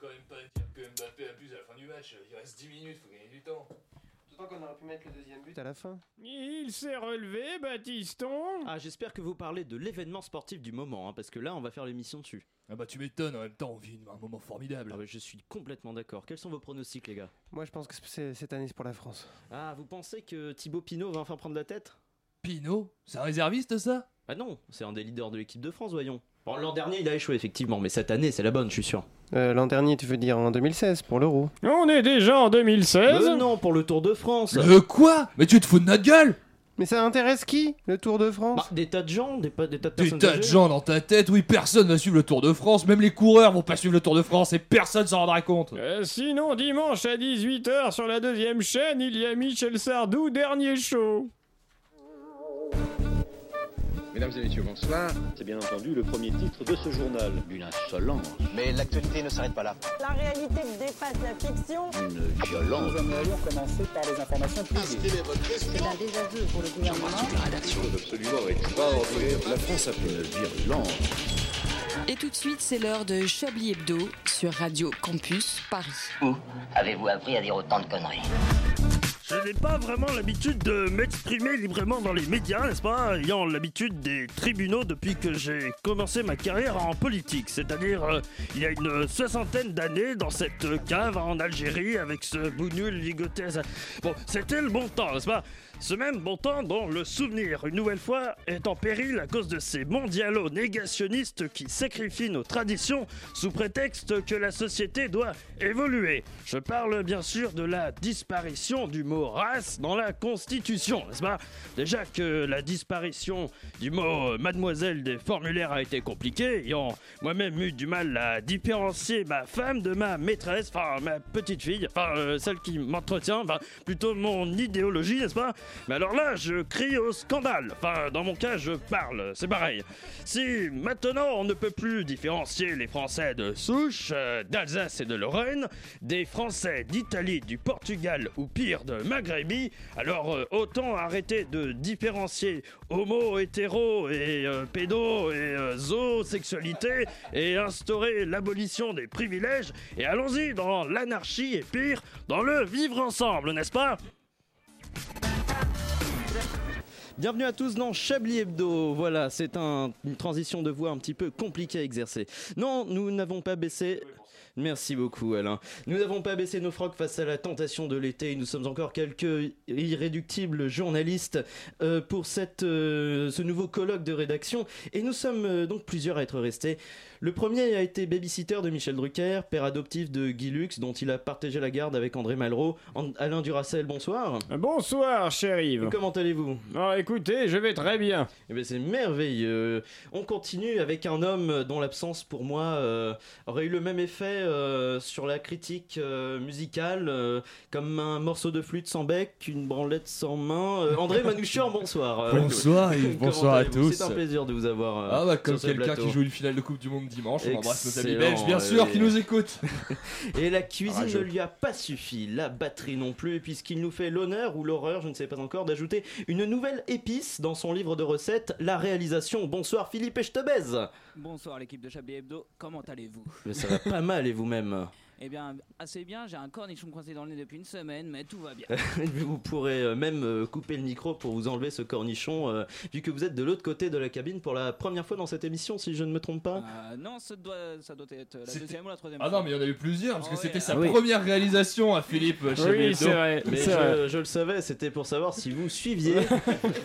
quand même pas dire que Mbappé abuse à la fin du match. Il reste 10 minutes, faut gagner du temps. D'autant qu'on aurait pu mettre le deuxième but à la fin. Il s'est relevé, Baptiston Ah, j'espère que vous parlez de l'événement sportif du moment, hein, parce que là, on va faire l'émission dessus. Ah bah tu m'étonnes, en même temps on vit une- un moment formidable. Ah bah, je suis complètement d'accord. Quels sont vos pronostics, les gars Moi, je pense que c'est- cette année, c'est pour la France. Ah, vous pensez que Thibaut Pinot va enfin prendre la tête Pinot Oh, C'est un réserviste ça Ah non, c'est un des leaders de l'équipe de France, voyons. Bon, l'an dernier, il a échoué, effectivement, mais cette année, c'est la bonne, je suis sûr. Euh, L'an dernier, tu veux dire en 2016 pour l'Euro. On est déjà en 2016 Euh, non, pour le Tour de France Le quoi Mais tu te fous de notre gueule Mais ça intéresse qui Le Tour de Bah, France Des tas de gens, des, pa- des tas de Des personnes. tas de âgées. gens dans ta tête, oui, personne va suivre le Tour de France, même les coureurs vont pas suivre le Tour de France et personne s'en rendra compte. Euh, sinon, dimanche à 18h sur la deuxième chaîne, il y a Michel Sardou, dernier show. Mesdames et messieurs, bonsoir. C'est bien entendu le premier titre de ce journal. Une insolence, Mais l'actualité ne s'arrête pas là. La réalité dépasse la fiction. une violence. C'est un désaveu pour le gouvernement. Et tout de suite, c'est l'heure de Chablis Hebdo sur Radio Campus Paris. Avez-vous appris à dire autant de conneries Je n'ai pas vraiment l'habitude de m'exprimer librement dans les médias, n'est-ce pas Ayant l'habitude des tribunaux depuis que j'ai commencé ma carrière en politique, c'est-à-dire euh, il y a une soixantaine d'années dans cette cave en Algérie avec ce bounul ligoté. à sa- Bon, c'était le bon temps, n'est-ce pas Ce même bon temps dont le souvenir, une nouvelle fois, est en péril à cause de ces mondialos négationnistes qui sacrifient nos traditions sous prétexte que la société doit évoluer. Je parle bien sûr de la disparition du mot race dans la Constitution, n'est-ce pas Déjà que la disparition du mot euh, mademoiselle des formulaires a été compliquée, ayant moi-même eu du mal à différencier ma femme de ma maîtresse, enfin ma petite fille, enfin euh, celle qui m'entretient, enfin plutôt mon idéologie, n'est-ce pas Mais alors là, je crie au scandale, enfin dans mon cas, je parle, c'est pareil. Si maintenant on ne peut plus différencier les Français de souche, euh, d'Alsace et de Lorraine, des Français d'Italie, du Portugal ou pire de Maghrébi, alors euh, autant arrêter de différencier homo, hétéro et euh, pédo et euh, zo, sexualité et instaurer l'abolition des privilèges et allons-y dans l'anarchie et pire dans le vivre ensemble, n'est-ce pas Bienvenue à tous dans Chablis Hebdo. Voilà, c'est un- une transition de voix un petit peu compliquée à exercer. Non, nous n'avons pas baissé. Merci beaucoup, Alain. Nous n'avons pas baissé nos frocs face à la tentation de l'été. Nous sommes encore quelques irréductibles journalistes euh, pour cette, euh, ce nouveau colloque de rédaction. Et nous sommes euh, donc plusieurs à être restés. Le premier a été babysitter de Michel Drucker, père adoptif de Guy Lux, dont il a partagé la garde avec André Malraux. An- Alain Duracel, bonsoir. Bonsoir, cher Yves. Comment allez-vous Ah, écoutez, je vais très bien. eh ben, c'est merveilleux. On continue avec un homme dont l'absence pour moi euh, aurait eu le même effet euh, sur la critique euh, musicale, euh, comme un morceau de flûte sans bec, une branlette sans main. Euh, André Manouchian, bonsoir. Euh, Bonsoir Yves, comment bonsoir à allez-vous tous. C'est un plaisir de vous avoir. euh, Ah bah comme sur ce quelqu'un plateau. qui joue une finale de Coupe du Monde dimanche, on embrasse nos amis Excellent, belges bien sûr et- qui nous écoutent. Ah, Et la cuisine Rageux. ne lui a pas suffi, la batterie non plus, puisqu'il nous fait l'honneur ou l'horreur, je ne sais pas encore, d'ajouter une nouvelle épice dans son livre de recettes, La réalisation. Bonsoir Philippe et je te baise. Bonsoir l'équipe de Chablis Hebdo, comment allez-vous Mais ça va pas mal et vous-même Eh bien, assez bien, j'ai un cornichon coincé dans le nez depuis une semaine, mais tout va bien. Vous pourrez euh, même euh, couper le micro pour vous enlever ce cornichon, euh, vu que vous êtes de l'autre côté de la cabine pour la première fois dans cette émission, si je ne me trompe pas. Euh, non, ça doit, ça doit être la C'était- deuxième ou la troisième Ah fois. non mais il y en a eu plusieurs parce que Ah c'était ouais. sa Ah oui. première réalisation à Philippe euh, chez Oui, Beldo. c'est vrai. Mais c'est vrai. je, je le savais, c'était pour savoir si vous suiviez.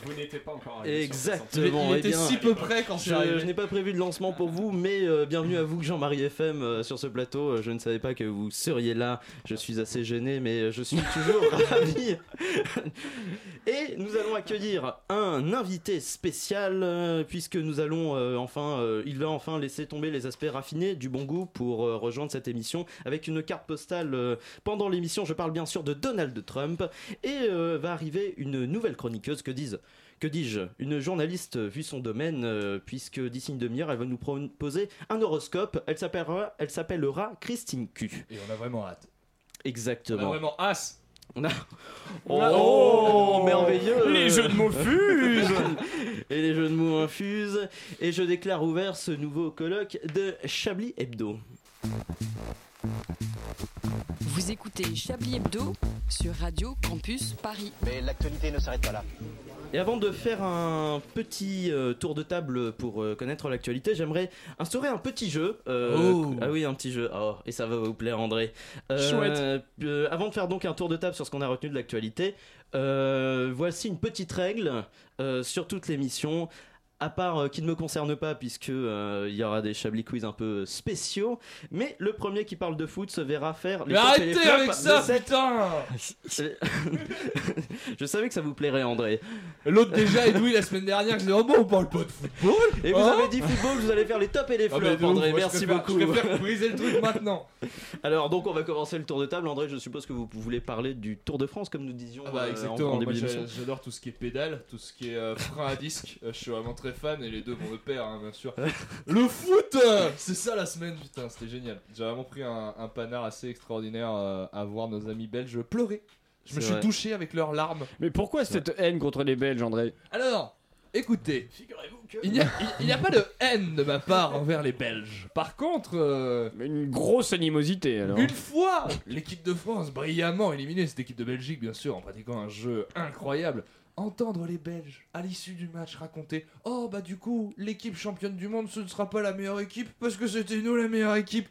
Vous n'étiez pas encore Il, Exactement. il eh était bien, si peu près quand c'est je, je arrivé. n'ai pas prévu de lancement pour vous, mais euh, bienvenue à vous, Jean-Marie FM, euh, sur ce plateau. Euh, Je ne savais pas que vous seriez là. Je suis assez gêné, mais euh, je suis toujours ravi. Et nous allons accueillir un invité spécial, euh, puisque nous allons euh, enfin, euh, il va enfin laisser tomber les aspects raffinés du bon goût pour euh, rejoindre cette émission avec une carte postale euh, pendant l'émission. Je parle bien sûr de Donald Trump et euh, va arriver une nouvelle chroniqueuse que disent que dis-je Une journaliste, euh, vu son domaine, euh, puisque d'ici une demi-heure, elle va nous proposer un horoscope. Elle s'appellera, elle s'appellera Christine Q. Et on a vraiment hâte. On a Exactement. vraiment as. Oh, merveilleux Les jeux de mots fusent Et les jeux de mots infusent. Et je déclare ouvert ce nouveau colloque de Chablis Hebdo. Vous écoutez Chablis Hebdo sur Radio Campus Paris. Mais l'actualité ne s'arrête pas là. Et avant de faire un petit euh, tour de table pour euh, connaître l'actualité, j'aimerais instaurer un petit jeu. euh, Oh. Ah oui, un petit jeu. Oh, et ça va vous plaire, André. Chouette. euh, avant de faire donc un tour de table sur ce qu'on a retenu de l'actualité, euh, voici une petite règle euh, sur toute l'émission. À part euh, qui ne me concerne pas, puisque euh, il y aura des Chablis Quiz un peu spéciaux, mais le premier qui parle de foot se verra faire les Mais tops et les arrêtez flops avec de ça, cette- putain Je savais que ça vous plairait, André. L'autre déjà, Edoui, la semaine dernière, je dis Oh bon, on parle pas de football Et vous Hein avez dit football, vous allez faire les tops et les Ah, flops, mais de ouf, André. moi, je Merci préfère- beaucoup. Je préfère briser le truc maintenant. Alors, donc, on va commencer le tour de table. André, je suppose que vous voulez parler du Tour de France, comme nous disions Ah bah, euh, exactement. en, en Moi, début j'a- d'émission. j'adore tout ce qui est pédale, tout ce qui est euh, frein à disque. Euh, je suis vraiment très fan et les deux vont de pair, hein, bien sûr. le foot euh, C'est ça la semaine, putain, c'était génial. J'ai vraiment pris un, un panard assez extraordinaire euh, à voir nos amis belges pleurer. Je me C'est suis vrai. touché avec leurs larmes. Mais pourquoi cette haine contre les Belges, André Alors, écoutez, il n'y a, il- il n'y a pas de haine de ma part envers les Belges. Par contre, euh, Mais Une grosse animosité, alors. une fois l'équipe de France brillamment éliminée, cette équipe de Belgique bien sûr, en pratiquant un jeu incroyable, entendre les Belges à l'issue du match raconter « Oh bah du coup, l'équipe championne du monde, ce ne sera pas la meilleure équipe parce que c'était nous la meilleure équipe !»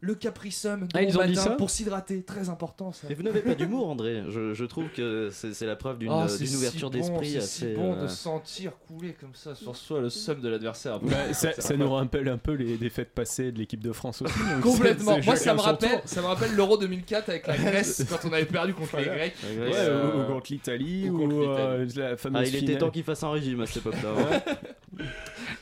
Le capricum de Ah, ils bon ont dit matin ça pour s'hydrater, très important ça. Mais vous n'avez pas d'humour, André. Je, je trouve que c'est c'est la preuve d'une Oh, euh, c'est d'une si ouverture bon, d'esprit c'est si assez. bon euh, de sentir couler comme ça sur soi le seum de l'adversaire. Bah, ça, ça nous rappelle un peu les défaites passées de l'équipe de France aussi. donc Complètement. c'est- c'est Moi, ça chacun me son rappelle, tour. ça me rappelle l'euro 2004 avec la Grèce quand on avait perdu contre les Voilà. Grecs. la Ouais, Grèce. euh, ou, ou contre l'Italie, ou ou, contre euh, la fameuse Ah, il était finale. temps qu'il fasse un régime à cette époque-là. hein.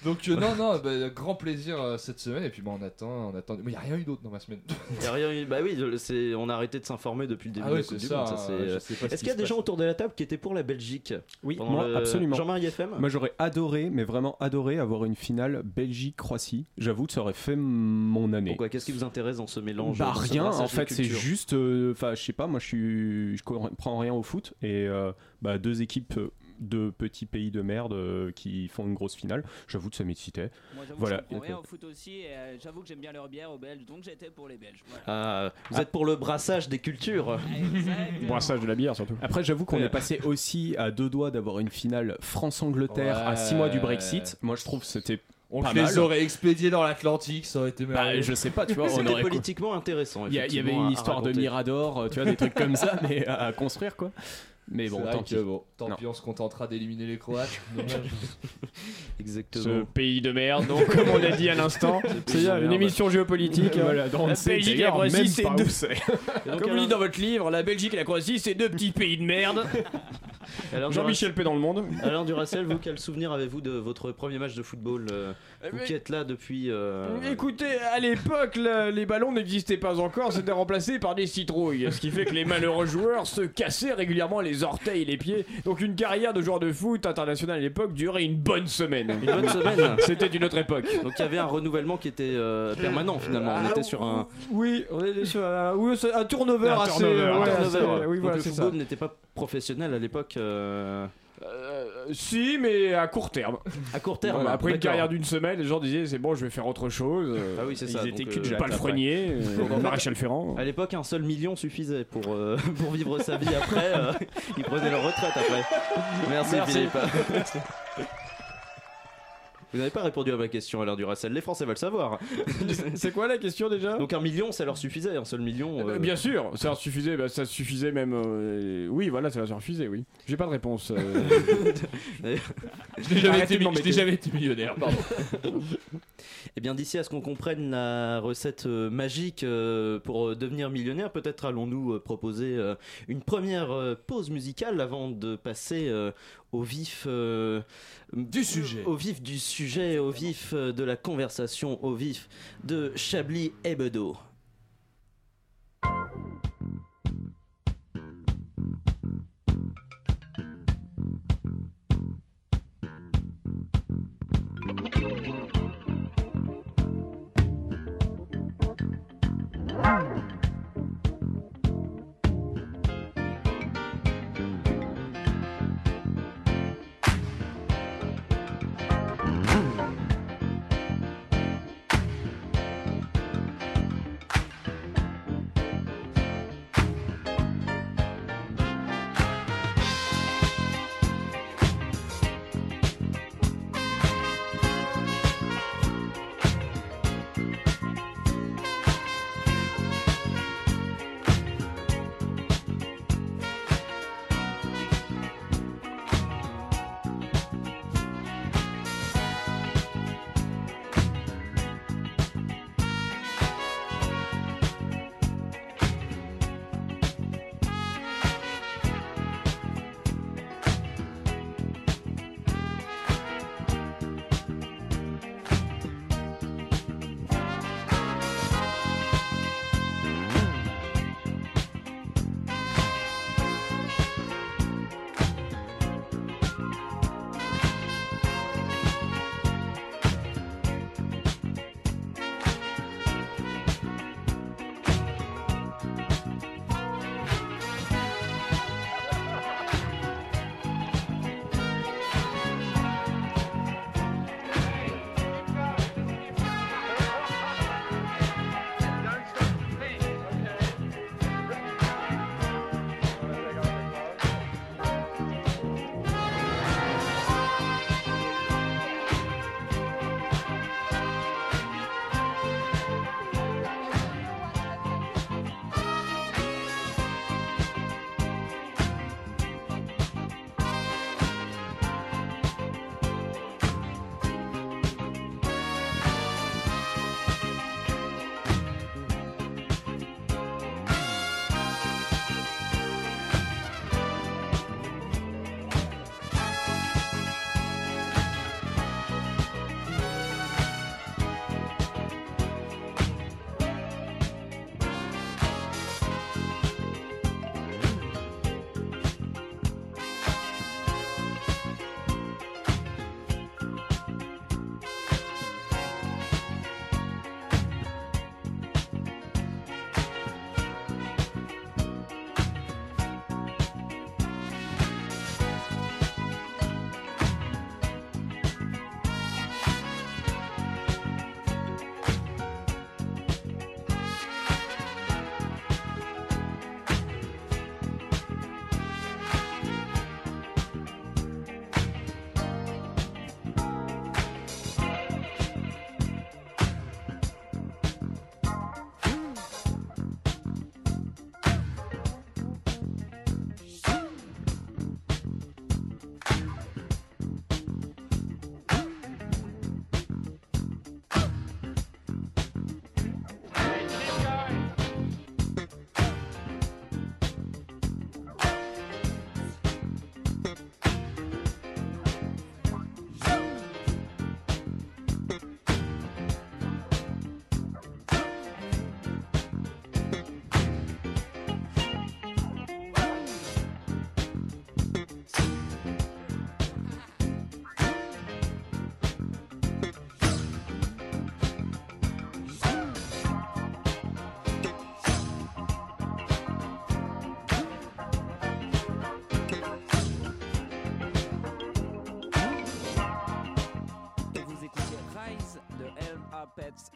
Donc euh, non, non, bah, grand plaisir euh, cette semaine. Et puis bah, on attend, on attend. Il n'y a rien eu d'autre dans ma semaine. Il y a rien eu- Bah oui, je- c'est- on a arrêté de s'informer depuis le début Ah de ouais, la c'est Coupe du ça. Monde, ça, c'est, euh, je euh, sais pas Est-ce ce qui qu'il y a se des passe. gens autour de la table qui étaient pour la Belgique Oui, pendant moi, le- absolument. Jean-Marie FM Moi, j'aurais adoré, mais vraiment adoré, avoir une finale Belgique-Croatie. J'avoue que ça aurait fait mon année. Pourquoi Qu'est-ce qui vous intéresse dans ce mélange Bah dans ce rien, brassage en de fait, c'est culture juste, euh, enfin, je sais pas, moi, je suis, je comprends rien au foot et euh, bah, deux équipes de petits pays de merde euh, qui font une grosse finale. J'avoue que ça m'excitait. Voilà. foot aussi, et euh, j'avoue que j'aime bien leur bière aux Belges, donc j'étais pour les Belges. Voilà. Ah, vous êtes pour le brassage des cultures. Exactement. Brassage de la bière, surtout. Après, j'avoue qu'on est passé aussi à deux doigts d'avoir une finale France-Angleterre à six mois du Ouais. Brexit. Moi, je trouve que c'était, On Pas les mal. aurait expédiés dans l'l'Atlantique, ça aurait été bah, merveilleux. je sais pas, tu vois, on C'était aurait. politiquement intéressant. Il y, a- il y avait effectivement, une à- à histoire de raconter. Mirador, euh, tu vois, des trucs comme ça, mais à, à construire quoi. Mais C'est bon, vrai tant que, pis. bon, tant Non. pis, on se contentera d'éliminer les Croates. Dommage. Ce Exactement. pays de merde, donc, comme on a dit à l'instant, c'est de une merde. émission géopolitique. hein. Voilà, dans- La c'est Belgique et la d'ailleurs, Croatie, même c'est pas où deux- Et c'est. donc, Comme vous alors- dites dans votre livre, la Belgique et la Croatie, c'est deux petits pays de merde. Alain Jean-Michel P dans le monde. Duracell- Alain Duracell, vous, quel souvenir avez-vous de votre premier match de football euh, Vous qui êtes là depuis. euh, Écoutez, à l'époque, la- les ballons n'existaient pas encore, c'était remplacé par des citrouilles. Ce qui fait que les malheureux joueurs se cassaient régulièrement les orteils et les pieds. Donc une carrière de joueur de foot international à l'époque durait une bonne semaine. Une bonne semaine. C'était une autre époque. Donc il y avait un renouvellement qui était euh, permanent finalement. On Ah, était sur un Oui, on est sur un, oui, c'est un turnover Un assez. euh, turnover, un ouais, turnover. assez- oui, Donc, voilà, le c'est football n'était pas professionnel à l'époque euh, ça. Euh, si, mais à court terme. à court terme. Voilà, après une D'accord. carrière d'une semaine, les gens disaient c'est bon, je vais faire autre chose. Euh, Ah oui, c'est ça. Ils étaient donc, cul de euh, jatte. pas le freinier, Donc, en euh, fait- Maréchal Ferrand. À l'époque, un seul million suffisait pour, euh, pour vivre sa vie après. euh, ils prenaient leur retraite après. Merci, Merci. Philippe. Vous n'avez pas répondu à ma question à l'heure du Racel. Les Français veulent savoir. C'est quoi la question déjà Donc un million, ça leur suffisait, un seul million. Eh ben, euh, Bien sûr, ça suffisait, bah, ça suffisait même. euh, Oui, voilà, ça suffisait, oui. J'ai pas de réponse. euh. Je n'ai jamais, Arrêtez été de mi- je m'embêter. n'ai jamais été millionnaire, pardon. Eh bien d'ici à ce qu'on comprenne la recette euh, magique euh, pour euh, devenir millionnaire, peut-être allons-nous euh, proposer euh, une première euh, pause musicale avant de passer euh, au vif euh, Du sujet. au vif du sujet, au vif euh, de la conversation, au vif de Chablis Hebdo.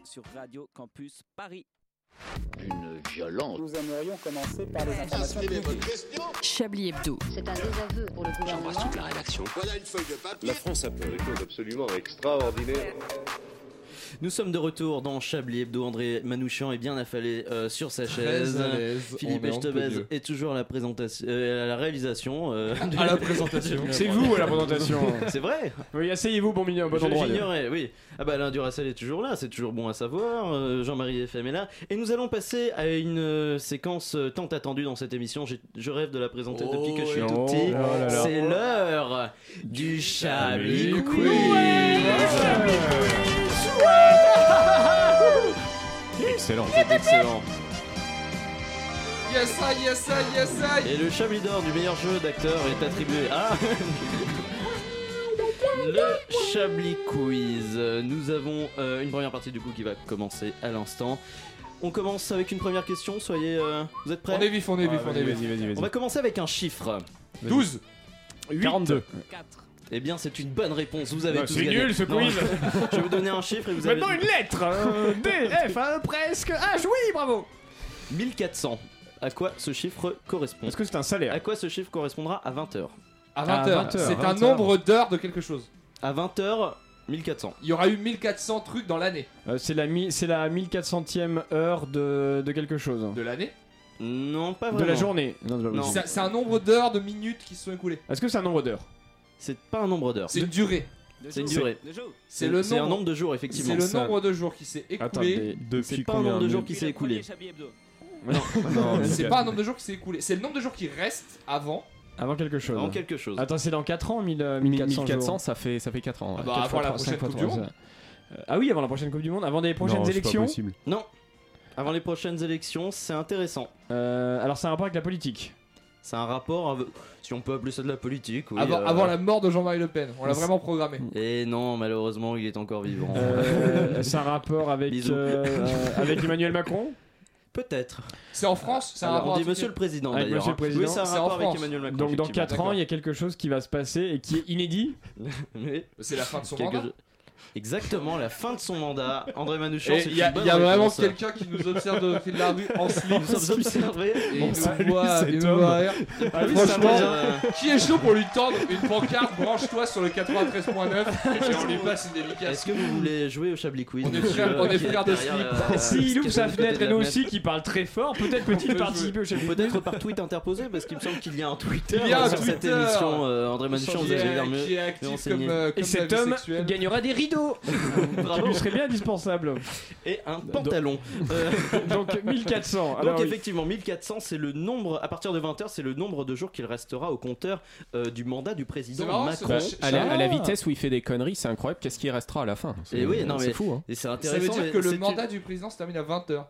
sur Radio Campus Paris. Une violence. Nous aimerions commencer par les informations Chablis Hebdo. C'est un désaveu pour le gouvernement. la rédaction. Voilà une feuille de papier. La France a fait des choses absolument extraordinaires. Nous sommes de retour dans Chablis Hebdo. André Manouchian est bien affalé euh, sur sa Très chaise. à l'aise, Philippe on est honteux Echtebez d'eux. est toujours à la, présentation, euh, à la réalisation. euh, de- À la présentation. de- C'est vous à la présentation. C'est vrai. Oui, asseyez-vous, bon mignon, bon Je- endroit. J'ignorais, oui. Ah bah l'Induracell est toujours là, c'est toujours bon à savoir. Euh, Jean-Marie FM est là. Et nous allons passer à une euh, séquence euh, tant attendue dans cette émission. J'ai- Je rêve de la présenter depuis que je suis oui. tout Oh petit. là là. c'est l'heure du Chablis Chablis Quiz. Quiz. Chablis Excellent. Excellent. Yes, I, yes, I, yes, I. Et le Chablis d'or du meilleur jeu d'acteur est attribué à. Le Chablis Quiz. Euh, Nous avons euh, une première partie du coup qui va commencer à l'instant. On commence avec une première question, soyez. euh, vous êtes prêts Ah, On est vif, on est vif, on est vif. On va commencer avec un chiffre 12. 42. Eh bien, c'est une bonne réponse, vous avez Ouais, tous c'est gagné. nul, ce Non, quiz. Je vais vous donner un chiffre et vous avez. Maintenant une lettre hein, D, F, hein, presque H, oui, bravo 1400. À quoi ce chiffre correspond Est-ce que c'est un salaire À quoi ce chiffre correspondra à 20h À 20h, c'est un nombre d'heures de quelque chose. À 20h, 1400. Il y aura eu 1400 trucs dans l'année. Euh, c'est la, mi- c'est la 1400ème heure de, de quelque chose. De l'année Non, pas De la vraiment. journée. Non, c'est pas Non. possible. C'est c'est un nombre d'heures, de minutes qui se sont écoulées. Est-ce que c'est un nombre d'heures C'est pas un nombre d'heures. C'est une durée. C'est une durée. C'est le C'est un nombre- nombre de jours, effectivement. C'est le nombre de jours qui s'est écoulé. Attendez, C'est pas un nombre de jours qui s'est écoulé. Non, c'est mais- pas un nombre de jours qui s'est écoulé. C'est le nombre de jours qui reste avant. Avant quelque chose. Avant quelque chose. Attends, c'est dans 4 ans, 1000, euh, 1400 1400, jours. ça fait, ça fait 4 ans. ouais. bah, Quatre avant fois la trois, cinq prochaine fois Coupe trois, du Monde. ça. Euh, Ah oui, avant la prochaine Coupe du Monde, avant les prochaines Non, c'est pas élections. possible. Non. Avant les prochaines élections, c'est intéressant. Euh, alors, c'est un rapport avec la politique. C'est un rapport, avec- si on peut appeler ça de la politique. Oui, avant, euh, avant la mort de Jean-Marie Le Pen. On l'a Mais vraiment programmé. Et non, malheureusement, il est encore vivant. Euh, c'est un rapport avec, Bisous. euh, euh, avec Emmanuel Macron. Peut-être. C'est en France C'est un Alors, rapport on dit avec- Monsieur le Président Avec d'ailleurs. Monsieur le hein. Président. Oui, c'est un C'est en rapport avec France. Emmanuel Macron. Donc, dans 4 ans, d'accord. il y a quelque chose qui va se passer et qui est inédit. Oui. C'est la fin de son Quelque mandat. chose- Exactement, la fin de son mandat. André Manouchian, Et c'est Il y a, une bonne il y a vraiment réponse. quelqu'un qui nous observe de fil de la rue en slip. Nous sommes observés. Et il Bon, nous salut, voit, cet il nous homme. voit rire. Ah oui, ça Franchement, va. Euh, qui est chaud pour lui tendre une pancarte Branche-toi sur le 93.9 et on lui passe une dédicace. Est-ce que vous voulez jouer au Chablis Quiz On est monsieur, frères- on est qui frères de derrière slip. la- S'il ouvre sa du côté de fenêtre et la nous aussi qui parle très fort, peut-être peut-il peut participer au chef Peut-être par tweet interposé, parce qu'il me semble qu'il y a un Twitter Il y a un sur cette Twitter. émission. euh, André Manouchian, vous Qui allez est- dire mieux. Qui est Mais actif enseigné. comme, euh, comme Et cet la vie homme sexuelle. gagnera des rideaux qui Bravo. lui serait bien indispensable. Et un pantalon. Euh, Donc 1400. Alors, Donc oui. effectivement, 1400, c'est le nombre, à partir de 20h, c'est le nombre de jours qu'il restera au compteur euh, du mandat du C'est président marrant, Macron. Bah, à, la, à la Ah. vitesse où il fait des conneries, c'est incroyable. Qu'est-ce qui restera à la fin C'est- Et oui, non, mais- C'est fou. hein. Et c'est Ça intéressant. veut dire mais que le c'est mandat une- du président se termine à 20h.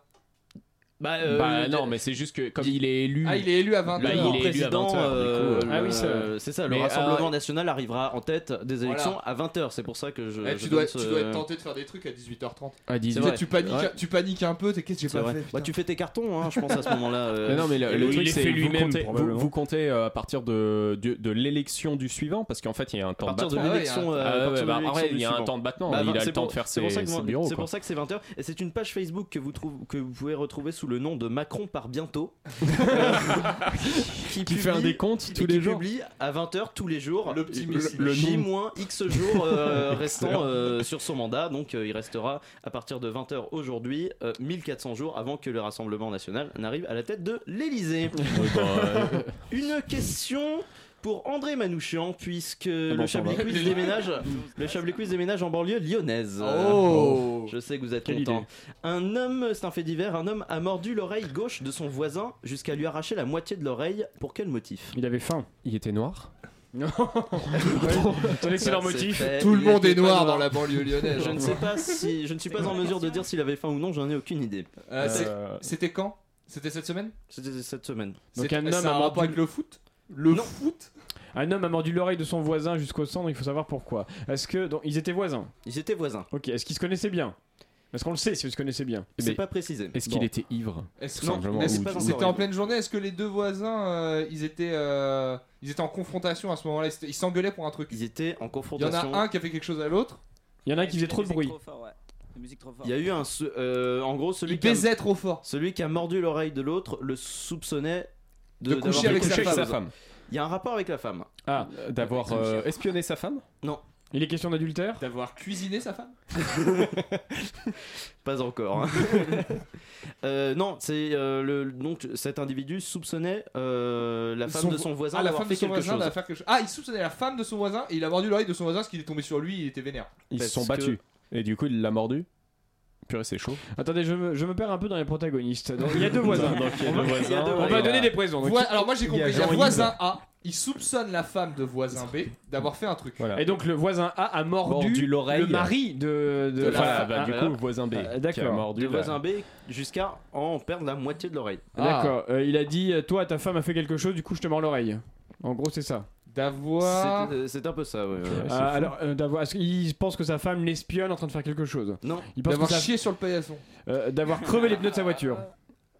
Bah, euh, bah le- non, mais c'est juste que comme il est élu. Ah, il est élu à 20h. Bah, le il est élu à président, 20 heures, du euh, coup, le- euh, ah oui, c'est vrai. c'est ça. Le Mais, Rassemblement euh, national arrivera en tête des Voilà. élections à 20h. C'est pour ça que je. Eh, je tu, donne dois, ce- tu dois être tenté de faire des trucs à 18h30. à 18. C'est vrai. Tu, paniques, Ouais. tu paniques un peu, t'es qu'est-ce que C'est j'ai pas vrai. fait Bah, putain. tu fais tes cartons, hein, je pense à ce moment-là. euh. Mais non, mais le, Et le il truc, les c'est fait vous lui-même, comptez- vous, probablement. vous comptez euh, à partir de, de, de l'élection du suivant, parce qu'en fait, il y a un à temps de partir de battement. Ah ouais, l'élection. il euh, Ah à ouais, partir de bah, l'élection ouais, du il y a un suivant. temps de battement. Bah, il a c'est le temps pour- de faire c'est ses, pour ça que ses moi- bureaux. C'est quoi. pour ça que c'est 20h. Et c'est une page Facebook que vous, trouvez, que vous pouvez retrouver sous le nom de Macron par bientôt. Qui fait un publie- décompte et tous qui les jours. publie à 20h tous les jours Le petit le, missile. le Le J- X jours euh, restant euh, sur son mandat. Donc euh, il restera à partir de 20h aujourd'hui euh, 1400 jours avant que le Rassemblement national n'arrive à la tête de l'Elysée. Ouais, bah, euh, Une question pour André Manouchian puisque Ah bon, le Chablis ça Quiz déménage le Chablis Quiz déménage en banlieue lyonnaise. Oh. Je sais que vous êtes Quelle content. idée. Un homme, c'est un fait divers, un homme a mordu l'oreille gauche de son voisin jusqu'à lui arracher la moitié de l'oreille. Pour quel motif Il avait faim. Il était noir. Ton excellent Ça, c'est motif. fait. Tout le Il monde était est pas noir dans la banlieue lyonnaise. hein. Je ne sais pas si je ne suis pas en mesure de dire s'il avait faim ou non, j'en ai aucune idée. Euh, c'est- Euh, C'était quand C'était cette semaine C'était cette semaine. Donc C'est- un homme ça a a un rapport mordu- avec le foot Le Non. foot Un homme a mordu l'oreille de son voisin jusqu'au sang, donc il faut savoir pourquoi. Est-ce que. donc, ils étaient voisins. Ils étaient voisins. Ok, est-ce qu'ils se connaissaient bien Est-ce qu'on le sait si ils se connaissaient bien C'est mais pas précisé. Est-ce Bon. qu'il était ivre Est-ce- Tout non, simplement. est-ce- Ou- pas ou- encore. C'était en pleine journée. Est-ce que les deux voisins, euh, ils étaient, euh, ils étaient en confrontation à ce moment-là Ils s'étaient- Ils s'engueulaient pour un truc. Ils étaient en Il y en confrontation. a un qui a fait quelque chose à l'autre. Il y en a un qui faisait trop de bruit. Il y a eu un. se- euh, en gros, celui Il qui. a- baisait trop fort. Celui qui a mordu l'oreille de l'autre le soupçonnait De d'avoir coucher avec couché sa femme. Il y a un rapport avec la femme. Ah, d'avoir, euh, espionné sa femme Non. Il est question d'adultère D'avoir cuisiné sa femme Pas encore. hein. Euh, non, c'est euh, le donc cet individu soupçonnait euh, la femme de son voisin Ah, la d'avoir femme de fait son quelque voisin chose. d'avoir fait quelque chose. Ah, il soupçonnait la femme de son voisin et il a mordu l'oreille de son voisin parce qu'il est tombé sur lui, il était vénère. Ils se Parce sont que- battus. Et du coup, il l'a mordu. Purée, c'est chaud. Attendez, je me, je me perds un peu dans les protagonistes. Donc, il y a deux voisins. Donc, il y a on deux va, voisins. il y a deux On voisins. va Et donner voilà. des présents. Donc, Voi- il- Alors moi j'ai il y a compris, il y a Jean-Yves. voisin A, il soupçonne la femme de voisin B d'avoir fait un truc. Et donc le voisin A a mordu, Mordu l'oreille. le mari de, de Voilà, la- bah, du Ah, coup, voisin B, ah, qui a D'accord. Euh, mordu De voisin B jusqu'à en perdre la moitié de l'oreille. Ah. D'accord. Euh, il a dit euh, toi ta femme a fait quelque chose, du coup je te mords l'oreille. En gros c'est ça. D'avoir. C'est- euh, C'est un peu ça. ouais, ouais. Euh, alors euh, d'avoir. est-ce qu'il pense que sa femme l'espionne en train de faire quelque chose. Non. Il pense D'avoir que sa- chié sur le paillasson. euh, d'avoir crevé les pneus de sa voiture.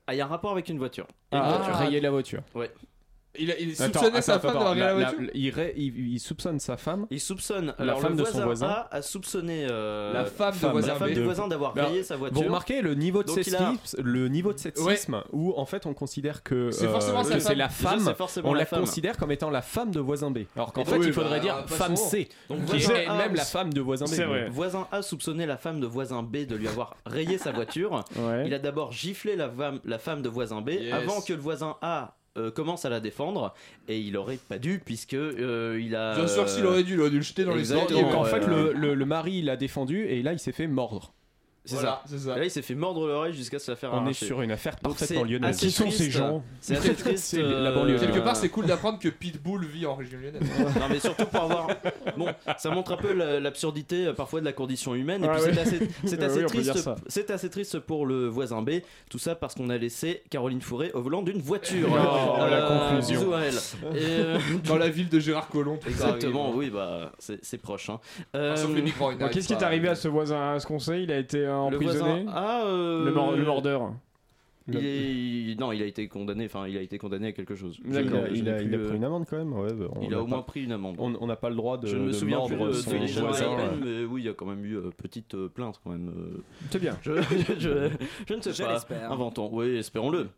Ah, il y a un rapport avec une voiture. Et une Ah, voiture. rayer la voiture. Ouais. Il, a- il Attends, soupçonnait sa attends, femme d'avoir attends, regardé la, la- voiture. la- il, ré- il- il soupçonne sa femme. Il soupçonne la alors, femme le de son voisin. A a soupçonné euh, La femme de voisin la femme B. du voisin d'avoir Bah, rayé sa voiture. Vous remarquez le niveau de Donc, il a- sexisme, le niveau de sexisme où en fait on considère que C'est euh, forcément sa que femme. c'est la Déjà, femme, c'est forcément on la la, femme. considère comme étant la femme de voisin B. Alors qu'en Et fait oui, il faudrait bah, dire pas femme souvent. C, Donc, qui voisin est A, elle-même la femme de voisin B. Voisin A soupçonnait la femme de voisin B de lui avoir rayé sa voiture. Ouais. Il a d'abord giflé la femme, la femme de voisin B Yes. avant que le voisin A euh, commence à la défendre et il aurait pas dû puisque euh, il a. Bien sûr que s'il aurait dû, il aurait dû le jeter dans les Exactement. ordures. Donc en Ouais, fait ouais. le, le- le mari l'a défendu et là il s'est fait mordre. C'est Voilà, ça. c'est ça. Et là, il s'est fait mordre l'oreille jusqu'à se la faire On est arracher. sur une affaire Donc, parfaitement c'est lyonnaise. assez Qui sont ces triste. hein. gens C'est assez triste. C'est la euh, banlieue. Quelque part, c'est cool d'apprendre que Pitbull vit en région lyonnaise. Non mais surtout pour avoir bon ça montre un peu la- l'absurdité euh, parfois de la condition humaine et Ah puis ouais. c'est assez, c'est Ah assez oui, on peut dire triste ça. c'est assez triste pour le voisin B tout ça parce qu'on a laissé Caroline Fourré au volant d'une voiture Euh, Oh, la conclusion. bisous à elle. Et, euh, Dans la ville de Gérard Collomb, tout ça exactement arrive. oui bah c'est c'est proche hein. Euh, sauf Ah, les migrants, ils Bon, Euh, Qu'est-ce qui est arrivé à ce voisin à ce conseil Il a été euh, le emprisonné. voisin ah euh, Le mor- le mordeur. il est- il- non il a été condamné enfin il a été condamné à quelque chose Je- Il a, je il n'ai a- il plus, a euh, pris une amende quand même. ouais, bah, on il a n'a au moins pas- pris une amende On on n'a pas le droit de, Je ne me de souviens plus mordre de, son de l'histoire voisin. à la peine, ouais. mais oui, il y a quand même eu euh, petite euh, plainte quand même. euh. C'est bien. Je, je- je- je ne sais Je pas. l'espère. Inventons. Oui, espérons-le.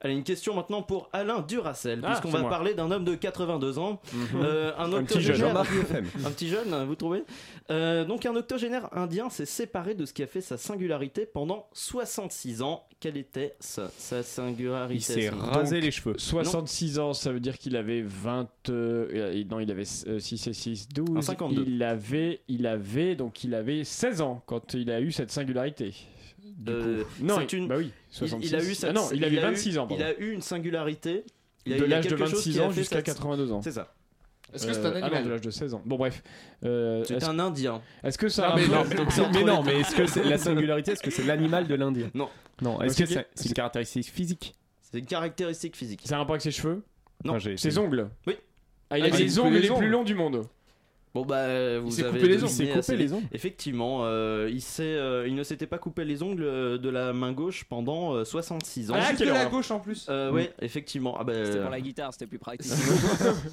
Allez, une question maintenant pour Alain Duracel, Ah, puisqu'on c'est va moi. Mhm. parler d'un homme de 82 ans, euh, un, Un petit jeune. octogénaire- Jean-Marc FM. un petit jeune, vous trouvez Euh, Donc un octogénaire indien s'est séparé de ce qui a fait sa singularité pendant 66 ans. Quelle était sa, sa singularité Il s'est sa- rasé Donc, les cheveux. 66 ans, ça veut dire qu'il avait 20. euh, euh, non, il avait euh, 6 et 6, 12. Un 52. Il avait, il avait, donc il avait 16 ans quand il a eu cette singularité. Du Euh, coup. Non, c'est il- une- bah oui, Il- 66. Il, a eu sa- Ah non, il avait a eu- 26 ans. pardon. Il a eu une singularité. Il a- de il y a l'âge de quelque chose 26 qui a ans fait jusqu'à sa- 82 ans. C'est ça. Est-ce que c'est un Euh, Ah animal non, de l'âge de 16 ans. Bon, bref. Euh, C'est est-ce- un Indien. Est-ce que ça. Non, a un mais peu- non, mais, mais non, mais est-ce que c'est la singularité Est-ce que c'est l'animal de l'Indien Non. Non, est-ce C'est- que c'est c'est une caractéristique physique C'est une caractéristique physique. Ça a un rapport avec ses cheveux Non. Enfin, j'ai- Ses ongles Oui. Ah, il Ah, a il s'est les coupé ongles les les ongles. plus longs du monde. Bon bah euh, vous s'est avez coupé les ongles. deviné Il s'est assez coupé les vite. ongles. Effectivement, euh, il s'est, euh, il ne s'était pas coupé les ongles euh, de la main gauche pendant euh, 66 ans. Ah, juste de la horreur. gauche en plus. Euh, ouais, effectivement. Ah bah, C'était euh, pour la guitare, c'était plus pratique.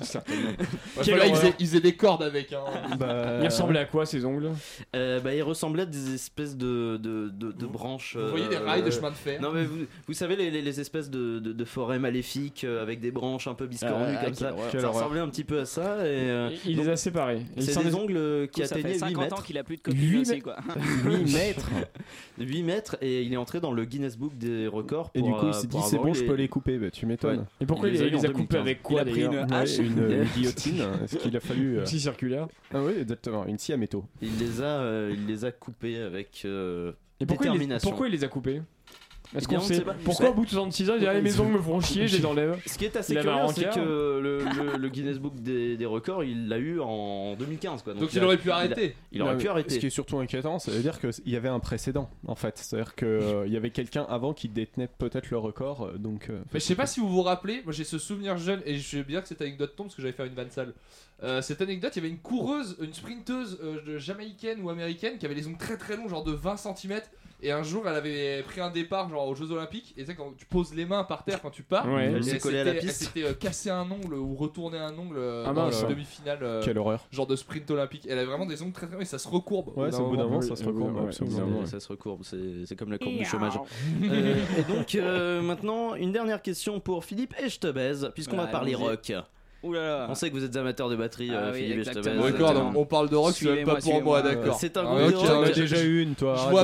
Ouais, Quelle voilà, ils, horreur. faisaient, ils faisaient des cordes avec. Hein. Bah, Il ressemblait à quoi ses ongles euh, bah, il ressemblait à des espèces de, de, de- de branches. euh, Vous voyez des rails de chemin de fer. Non mais vous, vous savez les, les- les espèces de, de- de forêts maléfiques euh, avec des branches un peu biscornues Ah, comme quelle ça. horreur. Ça Quelle ressemblait un petit peu à ça et. euh, Il- Il donc, les a séparés. Il c'est s'en des est- ongles euh, qui Du coup, ça fait atteignaient 8 50 ans mètres. qu'il a plus de copines Huit aussi, mètres. quoi. 8 mètres 8 mètres et il est entré dans le Guinness Book des records. Et pour, du coup, euh, il s'est dit pour c'est avoir bon, eu je peux les couper. Bah, tu m'étonnes. Et pourquoi il, Il les a il eu les a en coupés 2015. avec quoi Il a pris d'ailleurs Ah, une Ouais, hache. une, euh, une guillotine. Est-ce qu'il a fallu. euh, Si circulaire. Ah oui, exactement. Une scie à métaux. Il les a, euh, il les a coupés avec euh, Et pourquoi il, les, détermination. pourquoi il les a coupés Est-ce Eh bien, qu'on on ne sait sait pas. Pourquoi Ouais. au bout de 66 ans, il dit ah, mes ongles me font chier, je les enlève Ce qui est assez Il avait un curieux, c'est rencard. que le, le- le Guinness Book des, des records, il l'a eu en 2015. Quoi. Donc il il a- aurait pu a- arrêter. Il aurait Non, pu Ce qui arrêter. est surtout inquiétant, ça veut dire qu'il y avait un précédent en fait. C'est-à-dire qu'il y avait quelqu'un avant qui détenait peut-être le record. euh, Donc, euh, Mais je sais pas si vous vous rappelez, moi j'ai ce souvenir jeune et je veux bien que cette anecdote tombe parce que j'avais fait une vanne sale. Euh, cette anecdote, il y avait une coureuse, une sprinteuse euh, de- jamaïcaine ou américaine qui avait les ongles très très longs, genre de 20 cm. Et un jour, elle avait pris un départ genre aux Jeux Olympiques. Et tu sais, quand tu poses les mains par terre quand tu pars, Ouais. Elle et s'est elle collée à la s'était- piste. Elle s'était euh, cassé un ongle ou retourné un ongle euh, Ah dans mince. la demi-finale. euh, Quelle horreur. Genre de sprint olympique. Elle avait vraiment des ongles très très. Mais ça se recourbe. Ouais, c'est au bout d'un moment, ça se recourbe. C'est- Ça se recourbe, c'est c'est comme la courbe du chômage. Euh, et donc, euh, maintenant, une dernière question pour Philippe et je te baise, puisqu'on va Ah, parler allons-y. rock. Ouh là là. On sait que vous êtes amateur de batterie, euh, Ah oui, Philippe et je te exactement. baise. D'accord, donc on parle de rock, c'est même pas pour moi, d'accord. C'est un Ah, groupe ok, de on rock. a déjà eu une, toi, arrête de râler. On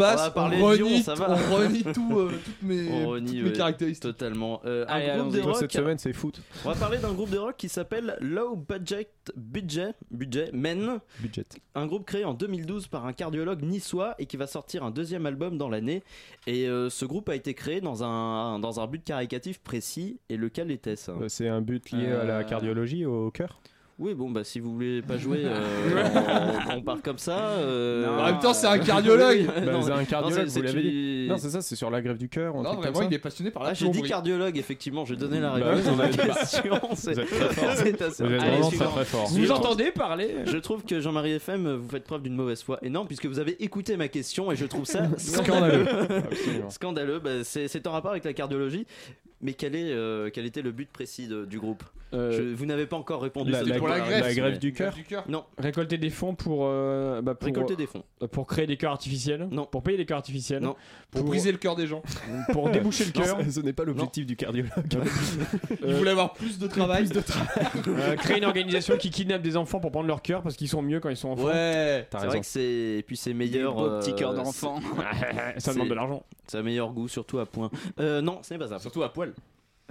va parler on de renie, Lyon, tout- ça va. on renie tout, euh, toutes mes, On toutes renie, mes ouais. caractéristiques. Totalement. Euh, un Allez, groupe de allons-y. rock. Cette semaine, c'est foot. On va parler d'un groupe de rock qui s'appelle Low Budget Budget Budget Men. Budget. Un groupe créé en 2012 par un cardiologue niçois et qui va sortir un deuxième album dans l'année. Et euh, ce groupe a été créé dans un dans un but caricatif précis. Et lequel était-ce hein Euh, C'est un but lié à la Euh, cardiologie, au cœur. Oui, bon bah si vous voulez pas jouer, euh, on, on part comme ça. euh, Non, euh, Bah, Non, c'est un non, cardiologue, c'est- vous l'avez c'est- dit. Non, c'est ça, c'est sur la grève du cœur. ou un Non, truc vraiment, comme ça. il est passionné par la Ah, j'ai plomberie. dit cardiologue, effectivement, j'ai donné la Bah réponse oui, à vous la avez- question, c'est- Vous êtes très fort. c'est assez- Vous êtes Allez, vraiment suivant. très, très fort. Suivant. Vous entendez parler Je trouve que Jean-Marie FM, euh, vous faites preuve d'une mauvaise foi énorme puisque vous avez écouté ma question et je trouve ça Scandaleux. scandaleux. Absolument. Scandaleux, bah, c'est c'est en rapport avec la cardiologie. Mais quel, est, euh, quel était le but précis de- du groupe Euh, Je- Vous n'avez pas encore répondu. la- ça la- dépend de la réponse, grève mais- du cœur Non. Récolter des fonds pour, euh, bah, pour- Récolter des fonds. euh, Pour créer des cœurs artificiels Non. Pour payer des cœurs artificiels Non. Pour briser le cœur des gens. Pour déboucher le cœur. Ce n'est pas l'objectif du Euh, cardiologue. Il voulait avoir plus de travail. Plus de travail. Euh, créer une organisation qui kidnappe des enfants pour prendre leur cœur parce qu'ils sont mieux quand ils sont enfants. Ouais, C'est vrai que c'est et puis c'est meilleur. beaux petits euh, cœurs d'enfant. c'est- Ça demande de c'est- l'argent. C'est un meilleur goût surtout à point. Euh, non, ce n'est pas ça. Surtout à poil.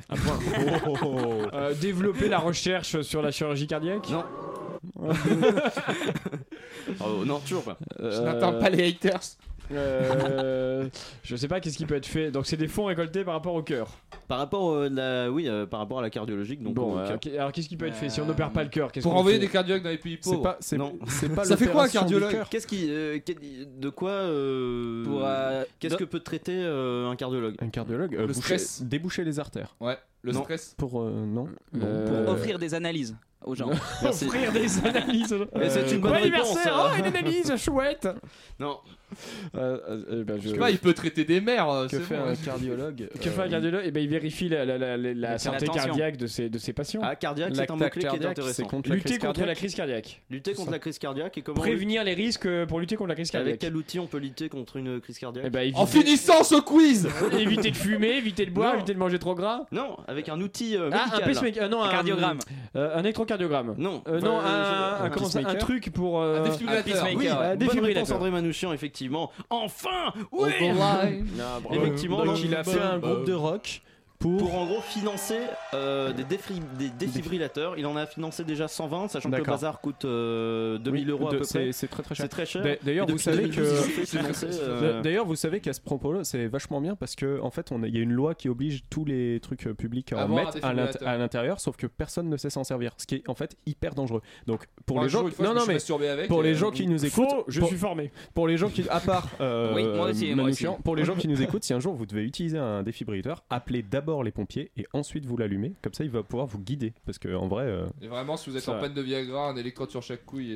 À point. Euh, développer la recherche sur la chirurgie cardiaque Oh. Non. Oh, non, toujours pas. Euh, Je n'atteins pas les haters. Euh, je sais pas qu'est-ce qui peut être fait. Donc c'est des fonds récoltés par rapport au cœur. Par rapport euh, la, oui, euh, par rapport à la cardiologique donc. Bon, au euh, cœur. ok, alors qu'est-ce qui peut être fait si on n'opère pas le cœur qu'est-ce Euh, Pour qu'on envoyer fait des cardiologues dans les pays pauvres. Non. Ça fait quoi un cardiologue Qu'est-ce qui, euh, qu'est- de quoi, euh, Pour, euh, qu'est-ce do- que peut traiter euh, un cardiologue Un cardiologue euh, boucher- Déboucher les artères. Ouais, le Non. stress. Pour. euh, non. non, Euh, pour- Offrir des analyses aux gens. Merci. Offrir des analyses. Mais c'est une Bon bonne anniversaire, oh, réponse, une analyse, chouette. hein Non. Euh, bah, Je sais pas, il peut traiter des mères. euh, Que c'est fait bon. un cardiologue Euh, Que fait un cardiologue Eh ben, il vérifie la, la, la, la, la santé l'attention. cardiaque de ses, de ses patients. Ah, cardiaque, c'est un L'acte mot-clé qui est cardiaque, intéressant. c'est contre la Lutter crise contre cardiaque. la crise cardiaque. Lutter contre la crise cardiaque et comment Prévenir les risques euh, pour lutter contre la crise Avec cardiaque. quel outil on peut lutter contre une crise cardiaque Eh ben, éviter- En finissant ce quiz éviter de fumer, éviter de boire, Non. éviter de manger trop gras. Non, avec un outil euh, Ah, un médical. pacemaker, euh, non, un- euh, un électrocardiogramme. Non, Bah, Euh, non, un, un- un comment ça, un pacemaker. truc pour. euh, Un défibrillateur. Oui, un bonne défibrillateur. réponse, André Manouchian, effectivement. Enfin, oui. On live. Effectivement, Donc, il a fait un groupe de rock pour. Pour en gros financer euh, des, défri- des défibrillateurs, il en a financé déjà 120, sachant que le D'accord. bazar coûte euh, 2000 Oui, euros à de- peu c'est- près. C'est très très cher. C'est très cher. D'a- D'ailleurs, Et vous depuis savez 2012, il s'est financé, que. euh, D'ailleurs, vous savez qu'à ce propos-là, c'est vachement bien parce que en fait, on a- il y a une loi qui oblige tous les trucs euh, publics à en Avoir un mettre à l'int- défibrillateur. à l'intérieur, sauf que personne ne sait s'en servir, ce qui est en fait hyper dangereux. Donc, pour Un les gens, jour, une fois, je non me non suis mais masturbé avec, pour les euh, gens qui nous écoutent, Faux, je pour- suis formé. Pour les gens qui, à part euh, Oui, moi aussi, euh, moi Manouchian, aussi. pour les gens qui nous écoutent, si un jour vous devez utiliser un défibrillateur, appelez d'abord les pompiers et ensuite vous l'allumez. Comme ça, il va pouvoir vous guider, parce que en vrai. euh, Et vraiment, si vous êtes Ça en va. panne de Viagra, un électrode sur chaque couille. et-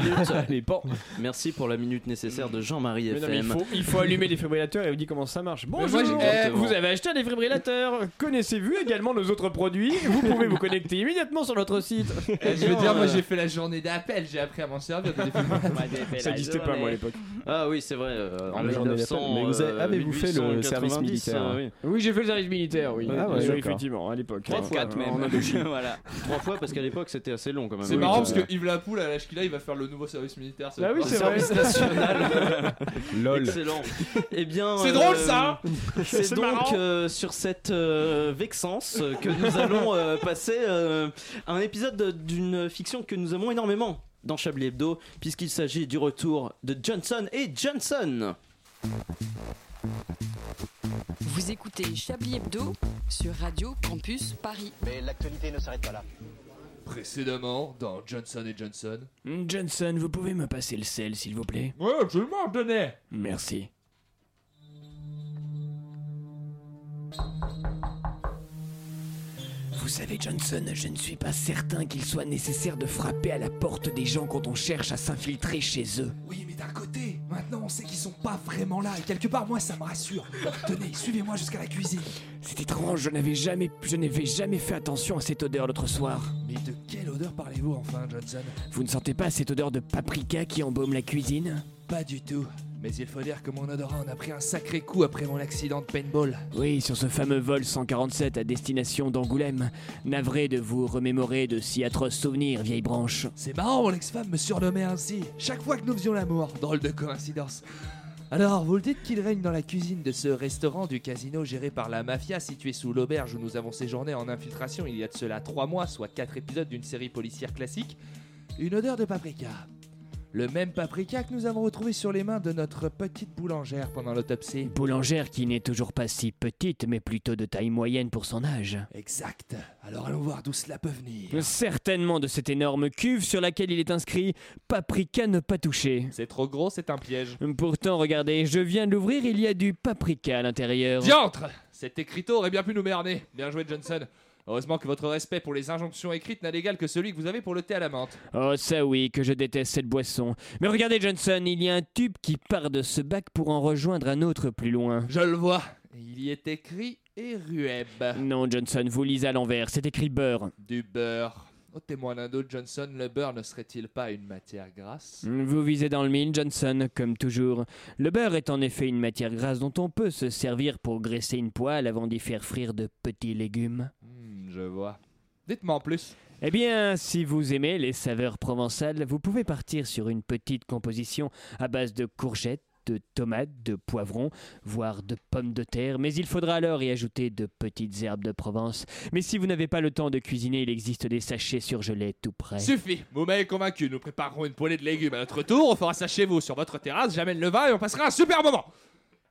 minute- Allez, bon. Merci pour la minute nécessaire de Jean-Marie Mais FM. non, mais il, faut, il faut allumer les défibrillateurs et on dit comment ça marche. moi, Bonjour, j'ai- eh, Exactement. vous avez acheté un défibrillateur. Connaissez-vous également nos autres produits Vous pouvez vous connecter immédiatement sur notre site. Eh, Je veux dire, euh, moi j'ai fait la journée d'appel, j'ai appris à m'en servir. de défibrillateur. Ça existait pas, moi, à l'époque. Ah oui, c'est vrai. euh, en Ah, j'en ai la 1900, peine. Mais vous avez- euh, avez-vous fait le 1890, service militaire euh, oui. Oui, j'ai fait le service militaire, oui. Ah ouais, Oui, d'accord. effectivement, à l'époque. Trois Euh, fois, en- en même. Indochine. voilà. Trois fois parce qu'à l'époque c'était assez long quand même. C'est marrant parce que Yves Lapoule, à l'âge qu'il a, il va faire le nouveau service militaire. Bah Ah oui, le c'est vrai. service national. Lol. Excellent. Eh bien. C'est drôle, ça C'est C'est donc marrant. euh, sur cette euh, vexance euh, que nous allons euh, passer euh, à un épisode de- d'une fiction que nous aimons énormément dans Chablis Hebdo, puisqu'il s'agit du retour de Johnson et Johnson. Vous écoutez Chablis Hebdo sur Radio Campus Paris. Mais l'actualité ne s'arrête pas là. Précédemment, dans Johnson et Johnson. Hmm, Johnson, vous pouvez me passer le sel, s'il vous plaît Ouais, absolument, donnais Merci. Vous savez, Johnson, je ne suis pas certain qu'il soit nécessaire de frapper à la porte des gens quand on cherche à s'infiltrer chez eux. Oui, mais d'un côté, maintenant on sait qu'ils sont pas vraiment là. Et quelque part, moi, ça me rassure. Tenez, suivez-moi jusqu'à la cuisine. C'est étrange, je n'avais jamais, je n'avais jamais fait attention à cette odeur l'autre soir. Mais de quelle odeur parlez-vous enfin, Johnson Vous ne sentez pas cette odeur de paprika qui embaume la cuisine Pas du tout. Mais il faut dire que mon odorat en a pris un sacré coup après mon accident de paintball. Oui, sur ce fameux vol 147 à destination d'Angoulême. Navré de vous remémorer de si atroces souvenirs, vieille branche. C'est marrant, mon ex-femme me surnommait ainsi, chaque fois que nous faisions l'amour. Drôle de coïncidence. Alors, vous le dites qu'il règne dans la cuisine de ce restaurant du casino géré par la mafia situé sous l'auberge où nous avons séjourné en infiltration il y a de cela 3 mois, soit 4 épisodes d'une série policière classique, une odeur de paprika. Le même paprika que nous avons retrouvé sur les mains de notre petite boulangère pendant l'autopsie. Boulangère qui n'est toujours pas si petite, mais plutôt de taille moyenne pour son âge. Exact. Alors allons voir d'où cela peut venir. Certainement de cette énorme cuve sur laquelle il est inscrit Paprika ne pas toucher. C'est trop gros, c'est un piège. Pourtant, regardez, je viens de l'ouvrir, il y a du paprika à l'intérieur. Diantre Cet écriteau aurait bien pu nous merder. Bien joué, Johnson. Heureusement que votre respect pour les injonctions écrites n'a d'égal que celui que vous avez pour le thé à la menthe. Oh, ça oui, que je déteste cette boisson. Mais regardez, Johnson, il y a un tube qui part de ce bac pour en rejoindre un autre plus loin. Je le vois. Il y est écrit et rueb. Non, Johnson, vous lisez à l'envers, c'est écrit beurre. Du beurre. Oh, Au témoin d'un d'autre, Johnson, le beurre ne serait-il pas une matière grasse Vous visez dans le mille, Johnson, comme toujours. Le beurre est en effet une matière grasse dont on peut se servir pour graisser une poêle avant d'y faire frire de petits légumes. Hmm, Je vois. Dites-moi en plus. Eh bien, si vous aimez les saveurs provençales, vous pouvez partir sur une petite composition à base de courgettes, de tomates, de poivrons, voire de pommes de terre, mais il faudra alors y ajouter de petites herbes de Provence. Mais si vous n'avez pas le temps de cuisiner, il existe des sachets surgelés tout prêts. Suffit, vous m'avez convaincu, nous préparerons une poêlée de légumes à notre tour, on fera ça chez vous, sur votre terrasse, j'amène le vin et on passera un super moment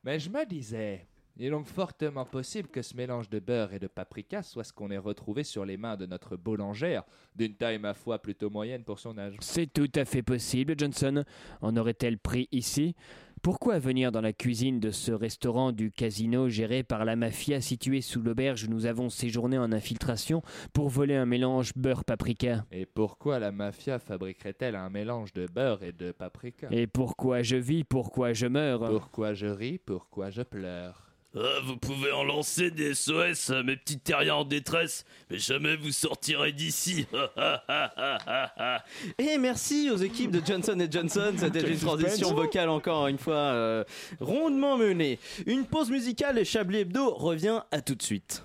Mais je me disais, il est donc fortement possible que ce mélange de beurre et de paprika soit ce qu'on ait retrouvé sur les mains de notre boulangère, d'une taille ma foi plutôt moyenne pour son âge. C'est tout à fait possible, Johnson. En aurait-elle pris ici Pourquoi venir dans la cuisine de ce restaurant du casino géré par la mafia situé sous l'auberge où nous avons séjourné en infiltration pour voler un mélange beurre-paprika Et pourquoi la mafia fabriquerait-elle un mélange de beurre et de paprika Et pourquoi je vis, pourquoi je meurs Pourquoi je ris, pourquoi je pleure Euh, Ah, vous pouvez en lancer des SOS, euh, mes petits terriens en détresse, mais jamais vous sortirez d'ici. Et merci aux équipes de Johnson et Johnson, Ah, c'était Quel une transition suspense. vocale encore une fois euh, rondement menée. Une pause musicale et Chablis Hebdo revient à tout de suite.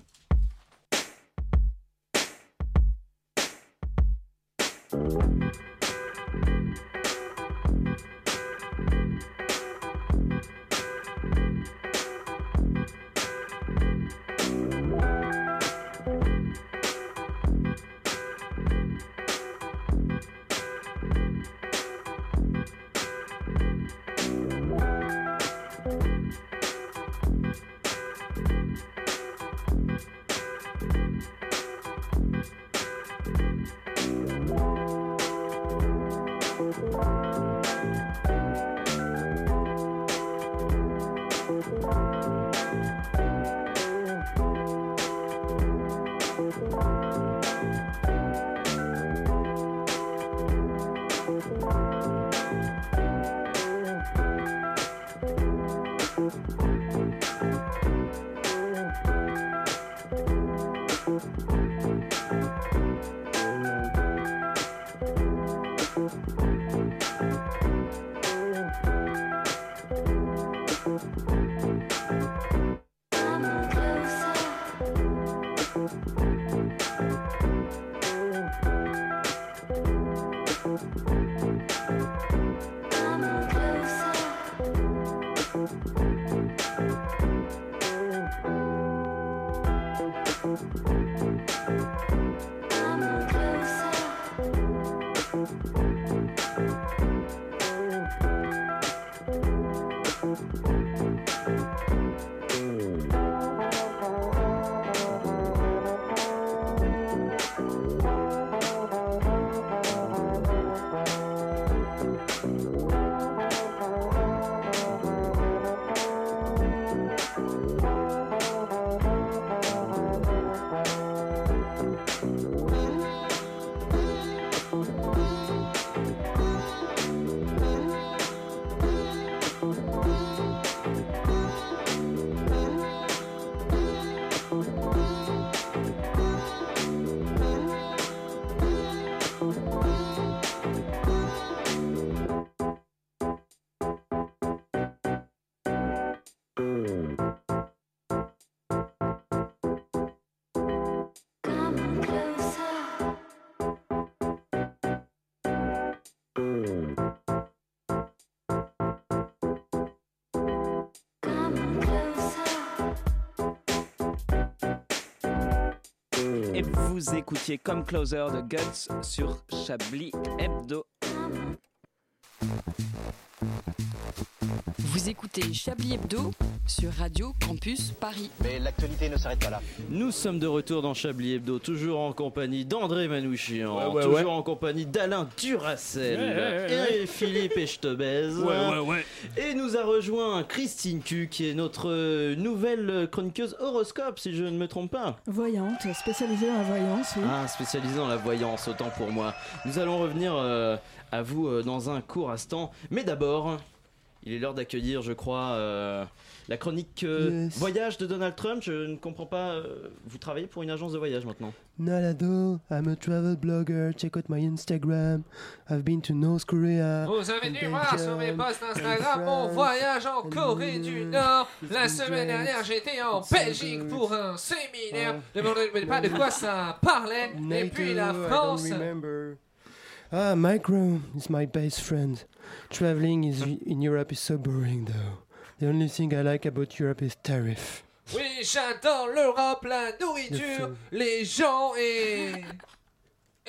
Et vous écoutiez Comme Closer de Guts sur Chablis Hebdo. Vous écoutez Chablis Hebdo sur Radio Campus Paris. Mais l'actualité ne s'arrête pas là. Nous sommes de retour dans Chablis Hebdo, toujours en compagnie d'André Manouchian, Ouais, ouais, toujours ouais. en compagnie d'Alain Duracel Ouais, ouais, ouais. et Philippe Echtebèze. Ouais, ouais, ouais. Et nous a rejoint Christine Q, qui est notre euh, nouvelle chroniqueuse horoscope, si je ne me trompe pas. Voyante, spécialisée dans la voyance, oui. Ah, spécialisé dans la voyance, autant pour moi. Nous allons revenir euh, à vous euh, dans un court instant. Mais d'abord, il est l'heure d'accueillir, je crois, euh, la chronique euh, Yes. Voyage de Donald Trump. Je ne comprends pas. euh, vous travaillez pour une agence de voyage maintenant Nalado, I'm a travel blogger. Check out my Instagram. I've been to North Korea. Vous avez dû voir sur mes posts Instagram mon voyage en Corée du Nord. La semaine dernière, j'étais en Belgique pour un séminaire. Ne me demandez pas de quoi ça parlait. Et puis la France. Ah, Micro is my best friend. Traveling is in Europe is so boring though. The only thing I like about Europe is tariff. Oui, j'adore l'Europe, la nourriture, les gens et.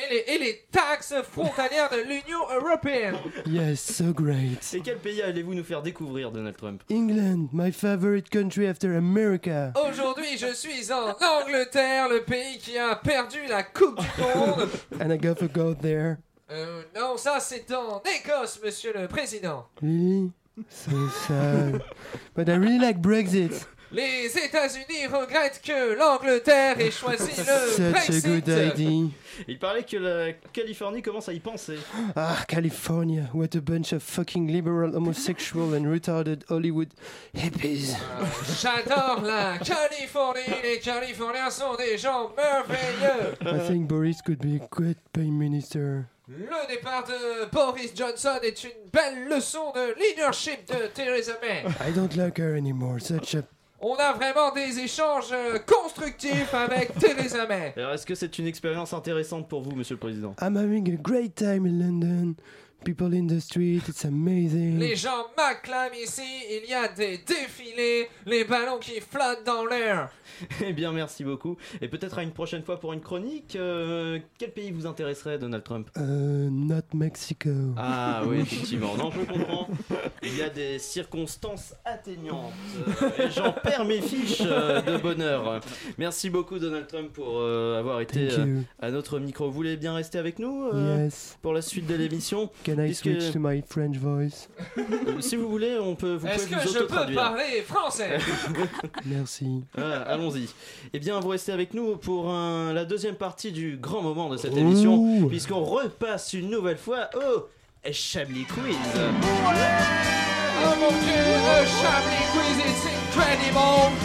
Et les, et les taxes frontalières de l'Union Européenne. Yes, so great. Et quel pays allez-vous nous faire découvrir, Donald Trump England, my favorite country after America. Oh. Aujourd'hui, je suis en Angleterre, le pays qui a perdu la Coupe du Monde. And I gotta go there. Euh, non, ça c'est en Écosse, monsieur le président. Really? So sad. but I really like Brexit. Les États-Unis regrettent que l'Angleterre ait choisi le Such a Brexit. good idea. Il paraît que la Californie commence à y penser. Ah, California, what a bunch of fucking liberal, homosexual, and retarded Hollywood hippies. Euh, J'adore la Californie. Les Californiens sont des gens merveilleux. I think Boris could be a great prime minister. Le départ de Boris Johnson est une belle leçon de leadership de Theresa May. I don't like her anymore, such a. On a vraiment des échanges euh, constructifs avec Theresa May. Alors, est-ce que c'est une expérience intéressante pour vous, monsieur le président I'm having a great time in London. People in the street, it's amazing. Les gens m'acclament ici, il y a des défilés, les ballons qui flottent dans l'air. Eh bien, merci beaucoup. Et peut-être à une prochaine fois pour une chronique. Euh, quel pays vous intéresserait, Donald Trump Uh, not Mexico. Ah oui, effectivement. Non, je comprends. Il y a des circonstances atténuantes. Euh, et j'en perds mes fiches euh, de bonheur. Merci beaucoup, Donald Trump, pour euh, avoir été Thank you. euh, à notre micro. Vous voulez bien rester avec nous euh, Yes. pour la suite de l'émission Can I Puisque- switch to my French voice? Euh, Si vous voulez, on peut vous Est-ce pouvez que vous je peux auto-traduire. parler français Merci. Ah, Allons-y. Eh bien, vous restez avec nous pour un- la deuxième partie du grand moment de cette émission, puisqu'on repasse une nouvelle fois au Chablis Quiz. Oh Ah, mon dieu, le Chablis Quiz is incredible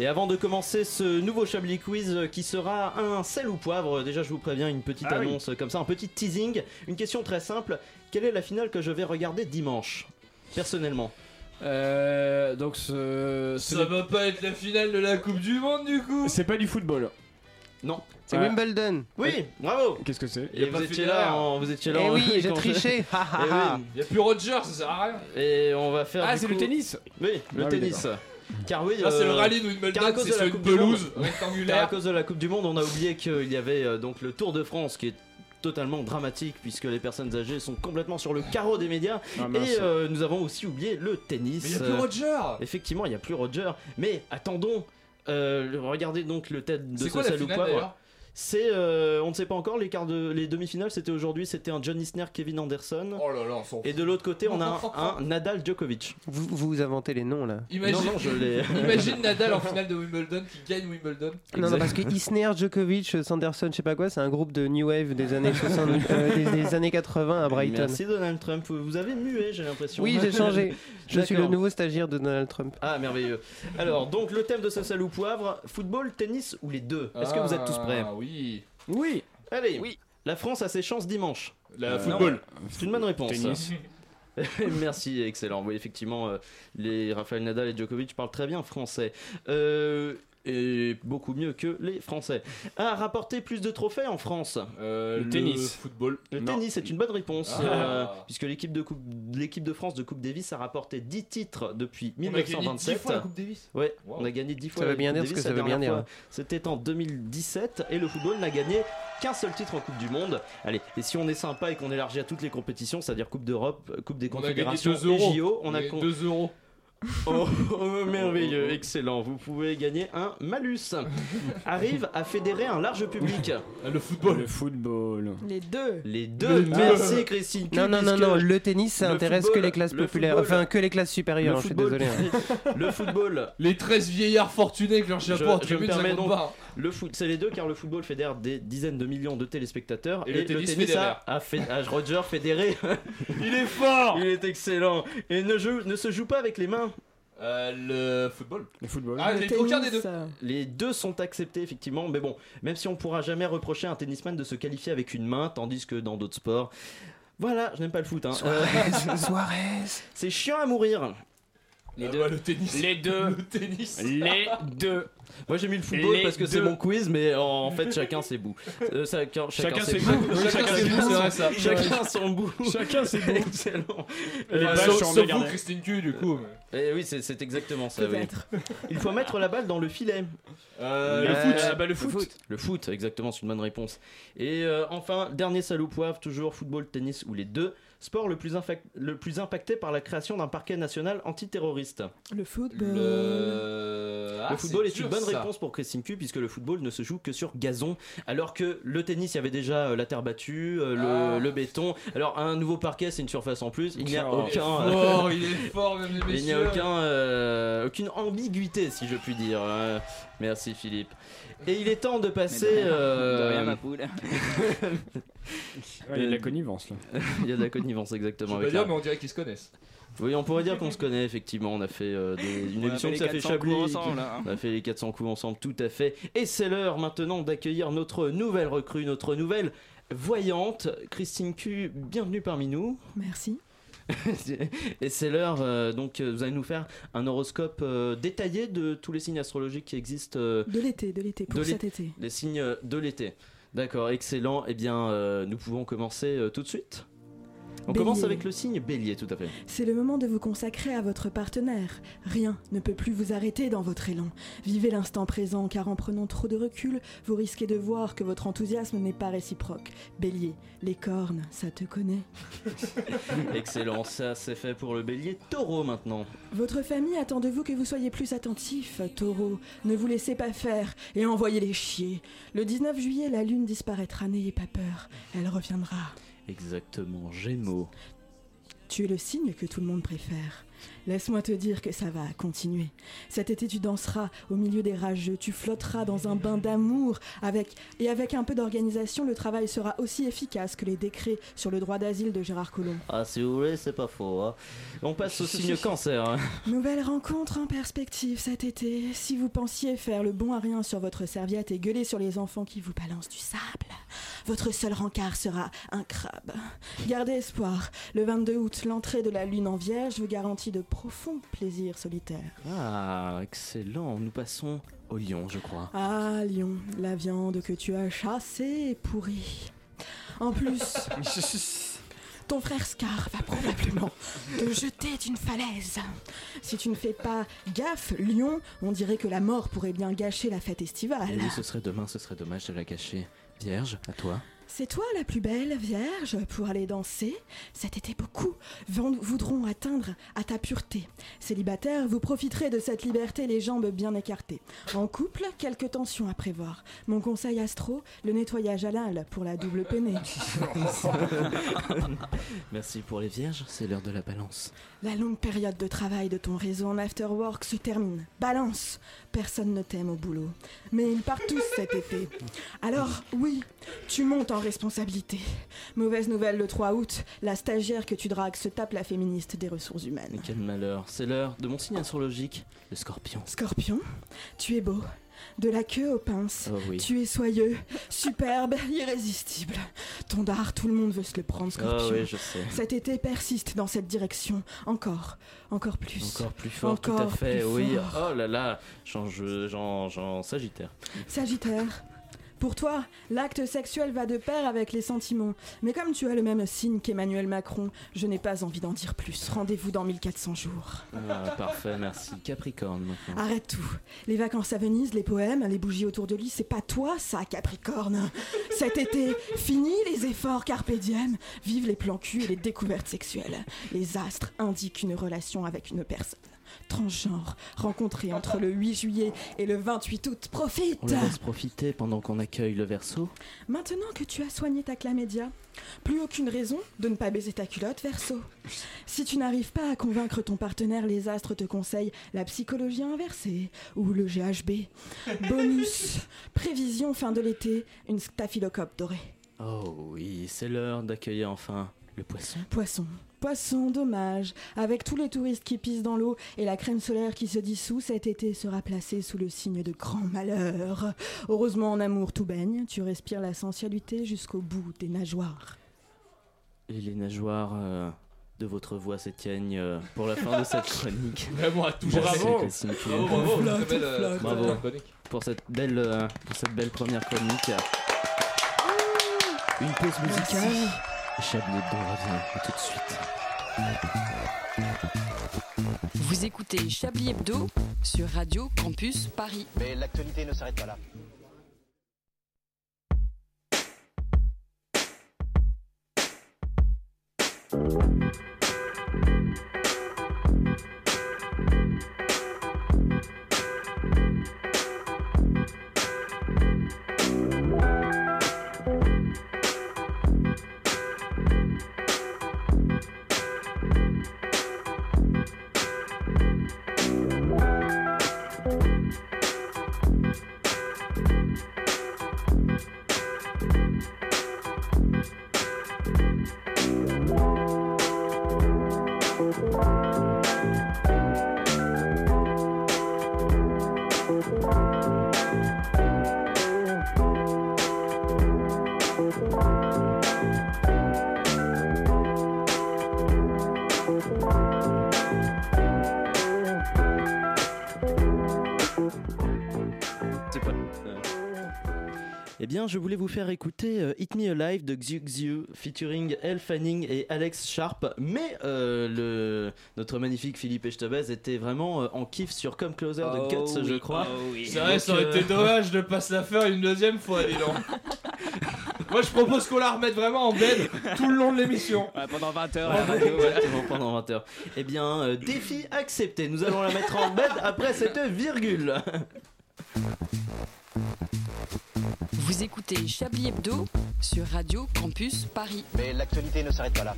Et avant de commencer ce nouveau Chablis Quiz euh, qui sera un sel ou poivre, euh, déjà je vous préviens une petite Ah oui. annonce euh, comme ça, un petit teasing, une question très simple. Quelle est la finale que je vais regarder dimanche, personnellement Euh, donc ce. ce n'est- Ça va pas être la finale de la Coupe du Monde du coup C'est pas du football. Non. C'est Wimbledon. Oui, bravo. Qu'est-ce que c'est Et vous étiez, là en, vous étiez là Eh en- oui, j'ai quand- triché. Ha, ha, Eh ha. oui. Il y a plus Roger, ça sert à rien. Et on va faire. Ah, du c'est le coup- tennis Oui, le Ah oui, tennis. d'accord. Car oui, Ah, c'est euh, le rallye de Wimbledon, car à cause c'est de la sur une Coupe du Monde- pelouse rectangulaire. Car à cause de la Coupe du Monde, on a oublié qu'il y avait euh, donc le Tour de France qui est totalement dramatique puisque les personnes âgées sont complètement sur le carreau des médias mince. et euh, nous avons aussi oublié le tennis. Euh, Mais il y a plus Roger Effectivement, il n'y a plus Roger. Mais attendons, euh, le- regardez donc le tête de C'est ce quoi la sel ou finale, poivre. d'ailleurs C'est, euh, on ne sait pas encore, les, quarts de, les demi-finales c'était aujourd'hui, c'était un John Isner, Kevin Anderson. Oh là là, on s'en fout. Et de l'autre côté, on a un, un Nadal Djokovic. Vous, vous inventez les noms là. Non, non, je l'ai. Imagine Nadal en finale de Wimbledon qui gagne Wimbledon. Non, non, parce que Isner, Djokovic, Sanderson, je sais pas quoi, c'est un groupe de New Wave des années, 60, euh, des, des années 80 à Brighton. Merci Donald Trump, vous avez mué, j'ai l'impression. Oui, j'ai changé. Je Je suis le D'accord. nouveau stagiaire de Donald Trump. Ah, merveilleux. Alors, donc, le thème de ce salut poivre football, tennis ou les deux Est-ce que vous êtes tous prêts Ah oui. Oui. Allez, oui. La France a ses chances dimanche. La football. non, C'est une bonne réponse. Euh, Tennis. Merci, excellent. Oui, effectivement, euh, les Rafael Nadal et Djokovic parlent très bien français. Euh, et beaucoup mieux que les Français. A rapporté plus de trophées en France Euh, le tennis. football. Le Non. tennis est une bonne réponse, Ah. euh, puisque l'équipe de, coupe- l'équipe de France de Coupe Davis a rapporté 10 titres depuis On a gagné 10 1927. fois la Coupe Davis Ouais, Wow. on a gagné 10 fois Ça la veut bien Coupe dire ce Davis, que ça la veut bien dernière dire. fois, hein. C'était en 2017 et le football n'a gagné qu'un seul titre en Coupe du Monde. Allez, et si on est sympa et qu'on élargit à toutes les compétitions, c'est-à-dire Coupe d'Europe, euh, Coupe des On a gagné Confédérations 2 et euros. JO, on a Et con- 2 euros. Oh, oh, merveilleux, excellent. Vous pouvez gagner un malus. Arrive à fédérer un large public. Le football. Le football. Les deux. Les deux. Merci, Christine. Non, non, non, puisque non, le tennis, ça le intéresse football- que les classes le populaires. football- Enfin, que les classes supérieures, je suis football- désolé. hein. le football. Les 13 vieillards fortunés avec leur Je, chapeau en je me tribune, ça permets compte donc. pas. Le foot, c'est les deux car le football fédère des dizaines de millions de téléspectateurs Et le tennis a, fédère. a fait, a Roger fédéré. Il est fort. Il est excellent et ne joue, ne se joue pas avec les mains. Euh, le football. Le football. Ah, les- aucun des deux. Les deux sont acceptés effectivement, mais bon, même si on pourra jamais reprocher à un tennisman de se qualifier avec une main, tandis que dans d'autres sports, voilà, je n'aime pas le foot. Hein. Euh, c'est chiant à mourir. Ah Les deux. le tennis. Les deux. Le tennis. Les deux. Moi j'ai mis le football Les parce que c'est deux. mon quiz, mais en fait chacun ses bouts. Euh, chacun, Chacun ses ses bouts. bouts. Oui, chacun ses bouts, c'est vrai, ça. Chacun son bout. Chacun ses bouts. Excellent. Les Euh, bâches sont sauf- sauf Sauf vous, Regardez. Christine Q, du coup. Eh oui, c'est c'est exactement ça. oui. Peut-être. Il faut mettre la balle dans le filet. Euh, le Euh, foot. bah, le foot. Le foot, exactement, c'est une bonne réponse. Et euh, enfin, dernier salaud poivre, toujours football, tennis ou les deux. Sport le plus, infac- le plus impacté par la création d'un parquet national antiterroriste. Le football. Le, Ah, le football est, c'est une dur, bonne ça. réponse pour Christine Q puisque le football ne se joue que sur gazon alors que le tennis il y avait déjà euh, la terre battue, euh, le, Ah. le béton. Alors un nouveau parquet c'est une surface en plus, il n'y a Il est aucun euh, fort, il est fort, mesdames et il n'y a messieurs. aucun, euh, aucune ambiguïté, si je puis dire. Euh, merci Philippe. Et il est temps de passer. Mais de rien, euh, de rien, ma poule. Ouais, il y a de la connivence là. il y a de la connivence exactement. Je peux avec pas dire, la- mais on dirait qu'ils se connaissent. Oui, on pourrait dire qu'on se connaît effectivement. On a fait euh, des- une On a émission fait qui les 400 s'appelle coups Chablis. ensemble, là, hein. On a fait les 400 coups ensemble, tout à fait. Et c'est l'heure maintenant d'accueillir notre nouvelle recrue, notre nouvelle voyante, Christine Q. Bienvenue parmi nous. Merci. Et c'est l'heure, euh, donc euh, vous allez nous faire un horoscope euh, détaillé de tous les signes astrologiques qui existent. euh, De l'été, de l'été, pour de cet l'été. été. Les signes euh, de l'été. D'accord, excellent. Eh bien, euh, nous pouvons commencer euh, tout de suite. On Bélier. commence avec le signe bélier, tout à fait. C'est le moment de vous consacrer à votre partenaire. Rien ne peut plus vous arrêter dans votre élan. Vivez l'instant présent car en prenant trop de recul, vous risquez de voir que votre enthousiasme n'est pas réciproque. Bélier, les cornes, ça te connaît. Excellent, ça c'est fait pour le bélier. Taureau maintenant. Votre famille attend de vous que vous soyez plus attentif, taureau. Ne vous laissez pas faire et envoyez-les chier. Le 19 juillet, la lune disparaîtra, n'ayez pas peur. Elle reviendra. Exactement, Gémeaux. Tu es le signe que tout le monde préfère. Laisse-moi te dire que ça va continuer. Cet été, tu danseras au milieu des rageux, tu flotteras dans un bain d'amour. Avec et avec un peu d'organisation, le travail sera aussi efficace que les décrets sur le droit d'asile de Gérard Collomb. Ah, si vous voulez, c'est pas faux. hein. On passe au signe cancer. hein. Nouvelle rencontre en perspective cet été. Si vous pensiez faire le bon à rien sur votre serviette et gueuler sur les enfants qui vous balancent du sable, votre seul rencard sera un crabe. Gardez espoir. Le 22 août, l'entrée de la lune en vierge vous garantit de profonds plaisirs solitaires. Ah, excellent. Nous passons au lion, je crois. Ah, Lion, la viande que tu as chassée est pourrie. En plus, ton frère Scar va probablement te jeter d'une falaise. Si tu ne fais pas gaffe, Lion, on dirait que la mort pourrait bien gâcher la fête Et estivale. oui, ce serait demain, ce serait dommage de la cacher. Vierge, à toi. C'est toi la plus belle vierge pour aller danser. Cet été, beaucoup vend- voudront atteindre à ta pureté. Célibataire, vous profiterez de cette liberté les jambes bien écartées. En couple, quelques tensions à prévoir. Mon conseil astro, le nettoyage à l'al pour la double peinée. Merci pour les vierges, c'est l'heure de la balance. La longue période de travail de ton réseau en afterwork se termine. Balance Personne ne t'aime au boulot. Mais ils partent tous cet été. Alors, oui, tu montes en responsabilité. Mauvaise nouvelle le 3 août, la stagiaire que tu dragues se tape la féministe des ressources humaines. Mais quel malheur, c'est l'heure de mon signe astrologique, le scorpion. Scorpion, tu es beau. De la queue aux pinces, Oh oui. tu es soyeux, superbe, irrésistible. Ton dard, tout le monde veut se le prendre, Scorpion. Ah oui, je sais. Cet été persiste dans cette direction, encore, encore plus. Encore plus fort, tout à Encore fait, plus oui. fort. Oh là là, j'en, je- j'en, j'en sagittaire. Sagittaire, pour toi, l'acte sexuel va de pair avec les sentiments. Mais comme tu as le même signe qu'Emmanuel Macron, je n'ai pas envie d'en dire plus. Rendez-vous dans 1400 jours. Ah, parfait, merci. Capricorne maintenant. Arrête tout. Les vacances à Venise, les poèmes, les bougies autour de lui, c'est pas toi ça, Capricorne. Cet été, fini les efforts carpe diem. Vive les plans cul et les découvertes sexuelles. Les astres indiquent une relation avec une personne. Transgenre, rencontrée entre le 8 juillet et le 28 août. Profite On la laisse profiter pendant qu'on accueille le verso. Maintenant que tu as soigné ta chlamydia, plus aucune raison de ne pas baiser ta culotte, verso. Si tu n'arrives pas à convaincre ton partenaire, les astres te conseillent la psychologie inversée ou le GHB. Bonus Prévision fin de l'été, une staphylocope dorée. Oh oui, c'est l'heure d'accueillir enfin le poisson. Poisson. Poisson, dommage. Avec tous les touristes qui pissent dans l'eau et la crème solaire qui se dissout, cet été sera placé sous le signe de grand malheur. Heureusement, en amour, tout baigne. Tu respires la sensualité jusqu'au bout des nageoires. Et les nageoires euh, de votre voix s'éteignent euh, pour la fin de cette chronique. Vraiment, à tout Merci, jamais. Christine Kiel. Bravo, bravo, Flotte, très belle, euh, flotte. très Bravo belle chronique. pour cette belle, euh, pour cette belle première chronique. Une pause musicale. Chablis Hebdo revient à tout de suite. Vous écoutez Chablis Hebdo sur Radio Campus Paris. Mais l'actualité ne s'arrête pas là. C'est pas. Eh bien, je voulais vous faire écouter euh, Hit Me Alive de Xiu Xiu, featuring Elle Fanning et Alex Sharp. Mais euh, le, notre magnifique Philippe Echtebez était vraiment euh, en kiff sur Come Closer de Oh Guts, je oui, crois. euh, oh oui. C'est vrai, ça aurait été dommage de pas se la faire une deuxième fois, dis donc. Moi, je propose qu'on la remette vraiment en bed tout le long de l'émission. pendant 20 heures. hein. Voilà, hein. exactement, pendant 20 heures. Eh bien, euh, défi accepté. Nous allons la mettre en bed après cette virgule. Vous écoutez Chablis Hebdo sur Radio Campus Paris. Mais l'actualité ne s'arrête pas là.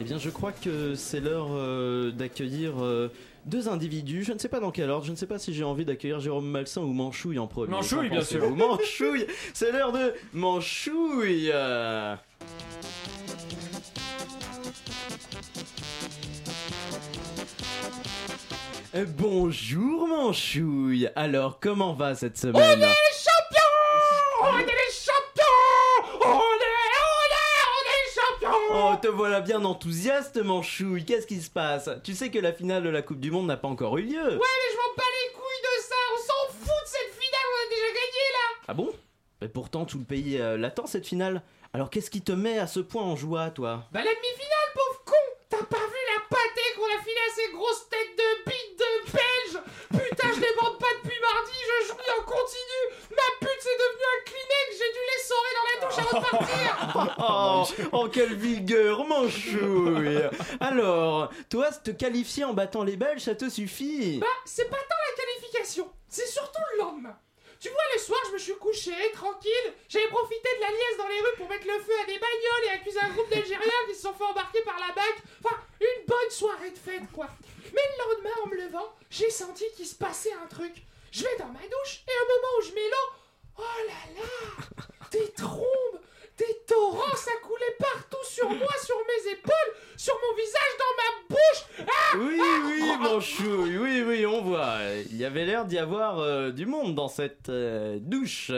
Eh bien, je crois que c'est l'heure euh, d'accueillir euh, deux individus. Je ne sais pas dans quel ordre. Je ne sais pas si j'ai envie d'accueillir Jérôme Malsain ou Manchouille en premier. Manchouille, Qu'en bien pensez-vous sûr. Manchouille C'est l'heure de Manchouille euh. Euh, Bonjour Manchouille Alors, comment va cette semaine champions On est les champions On est, on est, on est les champions Oh, te voilà bien enthousiaste, Manchouille. Qu'est-ce qui se passe Tu sais que la finale de la Coupe du Monde n'a pas encore eu lieu. Ouais, mais je m'en bats les couilles de ça On s'en fout de cette finale, on a déjà gagné là Ah bon Mais pourtant, tout le pays euh, l'attend cette finale. Alors qu'est-ce qui te met à ce point en joie, toi Bah, la demi-finale, pauvre con T'as pas vu la pâtée qu'on a filée à ces grosses têtes de bite de belge Putain, je les bande pas depuis mardi, je jouis en continu Ma pute, c'est devenu un Kleenex, j'ai dû les saurer dans la douche avant de partir Oh, oh, oh, quelle vigueur, Manchouille Alors, toi, te qualifier en battant les Belges, ça te suffit Bah, c'est pas tant la qualification, c'est surtout le lendemain. Tu vois, le soir, je me suis couché, tranquille. J'avais profité de la liesse dans les rues pour mettre le feu à des bagnoles et accuser un groupe d'Algériens qui se sont fait embarquer par la BAC. Enfin, une bonne soirée de fête, quoi. Mais le lendemain, en me levant, j'ai senti qu'il se passait un truc. Je vais dans ma douche et au moment où je mets l'eau. Oh là là Des trombes Des torrents, ça coulait partout sur moi, sur mes épaules, sur mon visage, dans ma bouche. Ah Oui, oui, mon chouille, oui, oui, on voit. Il y avait l'air d'y avoir euh, du monde dans cette euh, douche.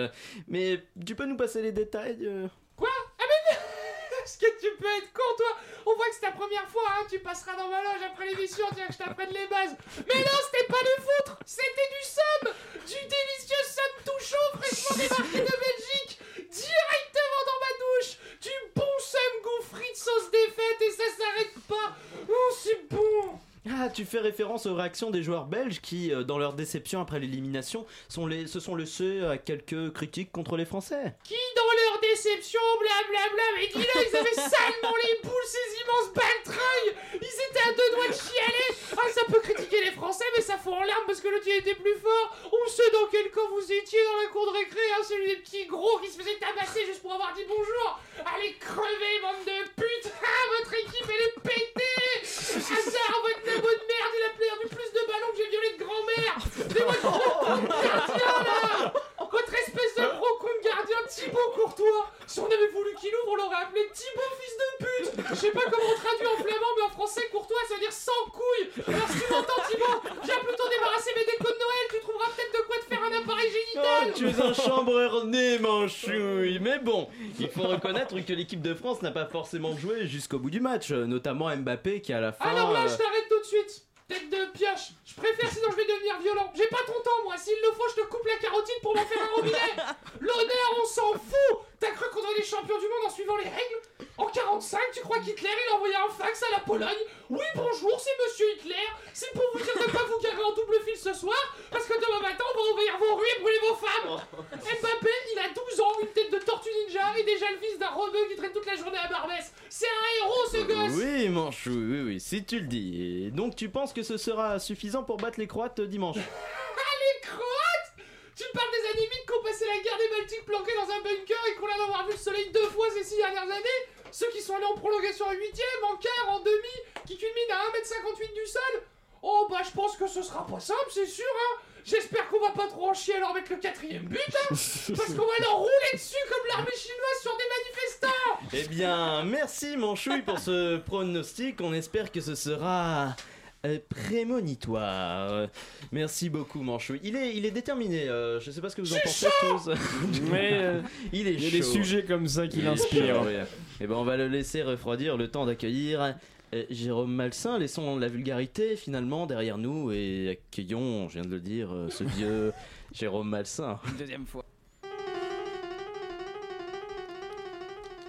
Mais tu peux nous passer les détails euh Quoi Ah mais Est-ce que tu peux être con toi On voit que c'est ta première fois, hein Tu passeras dans ma loge après l'émission, tiens que je t'apprenne les bases Mais non, c'était pas du foutre C'était du somme Du délicieux somme tout chaud fraîchement débarqué de Belgique Directement dans ma douche Du bon somme goût frit de sauce défaite et ça s'arrête pas Oh, c'est bon Ah, tu fais référence aux réactions des joueurs belges qui, euh, dans leur déception après l'élimination, sont les, se sont laissés à quelques critiques contre les Français. Qui, dans leur déception, blablabla, mais qui là, ils avaient salement les poules, ces immenses baltreuils Ils étaient à deux doigts de chialer Ah, ça peut critiquer les Français, mais ça fout en larmes parce que l'autre il était plus fort On sait dans quel camp vous étiez dans la cour de récré, hein, celui des petits gros qui se faisaient tabasser juste pour avoir dit bonjour Allez crever, bande de putes Ah, votre équipe, elle est pétée Hazard, votre nabo de merde, il a perdu plus de ballons que j'ai violé de grand-mère Mais votre gardien, là Votre espèce de gros con de gardien Thibaut Courtois Si on avait voulu qu'il ouvre, on l'aurait appelé Thibaut fils de pute Je sais pas comment on traduit en flamand, mais en français, Courtois, ça veut dire sans couille Alors si tu m'entends, Thibaut, viens plutôt débarrasser mes décos de Noël, tu trouveras peut-être de quoi te faire un appareil génital Oh, tu es un chambreur-né, mon chouille Mais bon, il faut reconnaître que l'équipe de France n'a pas forcément joué jusqu'au bout du match, euh, notamment Mbappé qui, à la fin... Alors là, euh, je t'arrête tout de suite Tête de pioche Je préfère, sinon je vais devenir violent J'ai pas ton temps, moi S'il le faut, je te coupe la carotide pour m'en faire un robinet L'honneur, on s'en fout T'as cru qu'on est les champions du monde en suivant les règles En 45, tu crois qu'Hitler, il envoyait un fax à la Pologne Oui, bonjour, c'est Monsieur Hitler C'est pour vous dire de pas vous garer en double fil ce soir, parce que demain matin, on va envahir vos rues et brûler vos femmes Mbappé, il a 12 ans, une tête de tortue ninja, et déjà le fils d'un rebeu qui traîne toute la journée à Barbès C'est un héros, ce gosse Euh, Oui, mon chouille, oui, oui, si tu le dis. Et donc tu penses que ce sera suffisant pour battre les Croates euh, dimanche Ah, les Croates Tu parles des animiques qui ont passé la guerre des Baltiques planqués dans un bunker et qu'on l'air d'avoir vu le soleil deux fois ces six dernières années Ceux qui sont allés en prolongation en huitième, en quart, en demi, qui culminent à 1m58 du sol Oh bah je pense que ce sera pas simple, c'est sûr hein J'espère qu'on va pas trop en chier à leur mettre le quatrième but hein Parce qu'on va leur rouler dessus comme l'armée chinoise sur des manifestants Eh bien, merci mon chouille pour ce pronostic. On espère que ce sera euh, prémonitoire. Merci beaucoup mon chouille. Il est, il est déterminé. euh, je sais pas ce que vous en pensez tous. Mais, euh, il est il y a des chaud. sujets comme ça qui Il est l'inspirent. chaud, ouais. Eh ben, on va le laisser refroidir le temps d'accueillir. euh, Jérôme Malsain, laissons la vulgarité finalement derrière nous et accueillons, je viens de le dire, euh, ce vieux Jérôme Malsain. Une deuxième fois.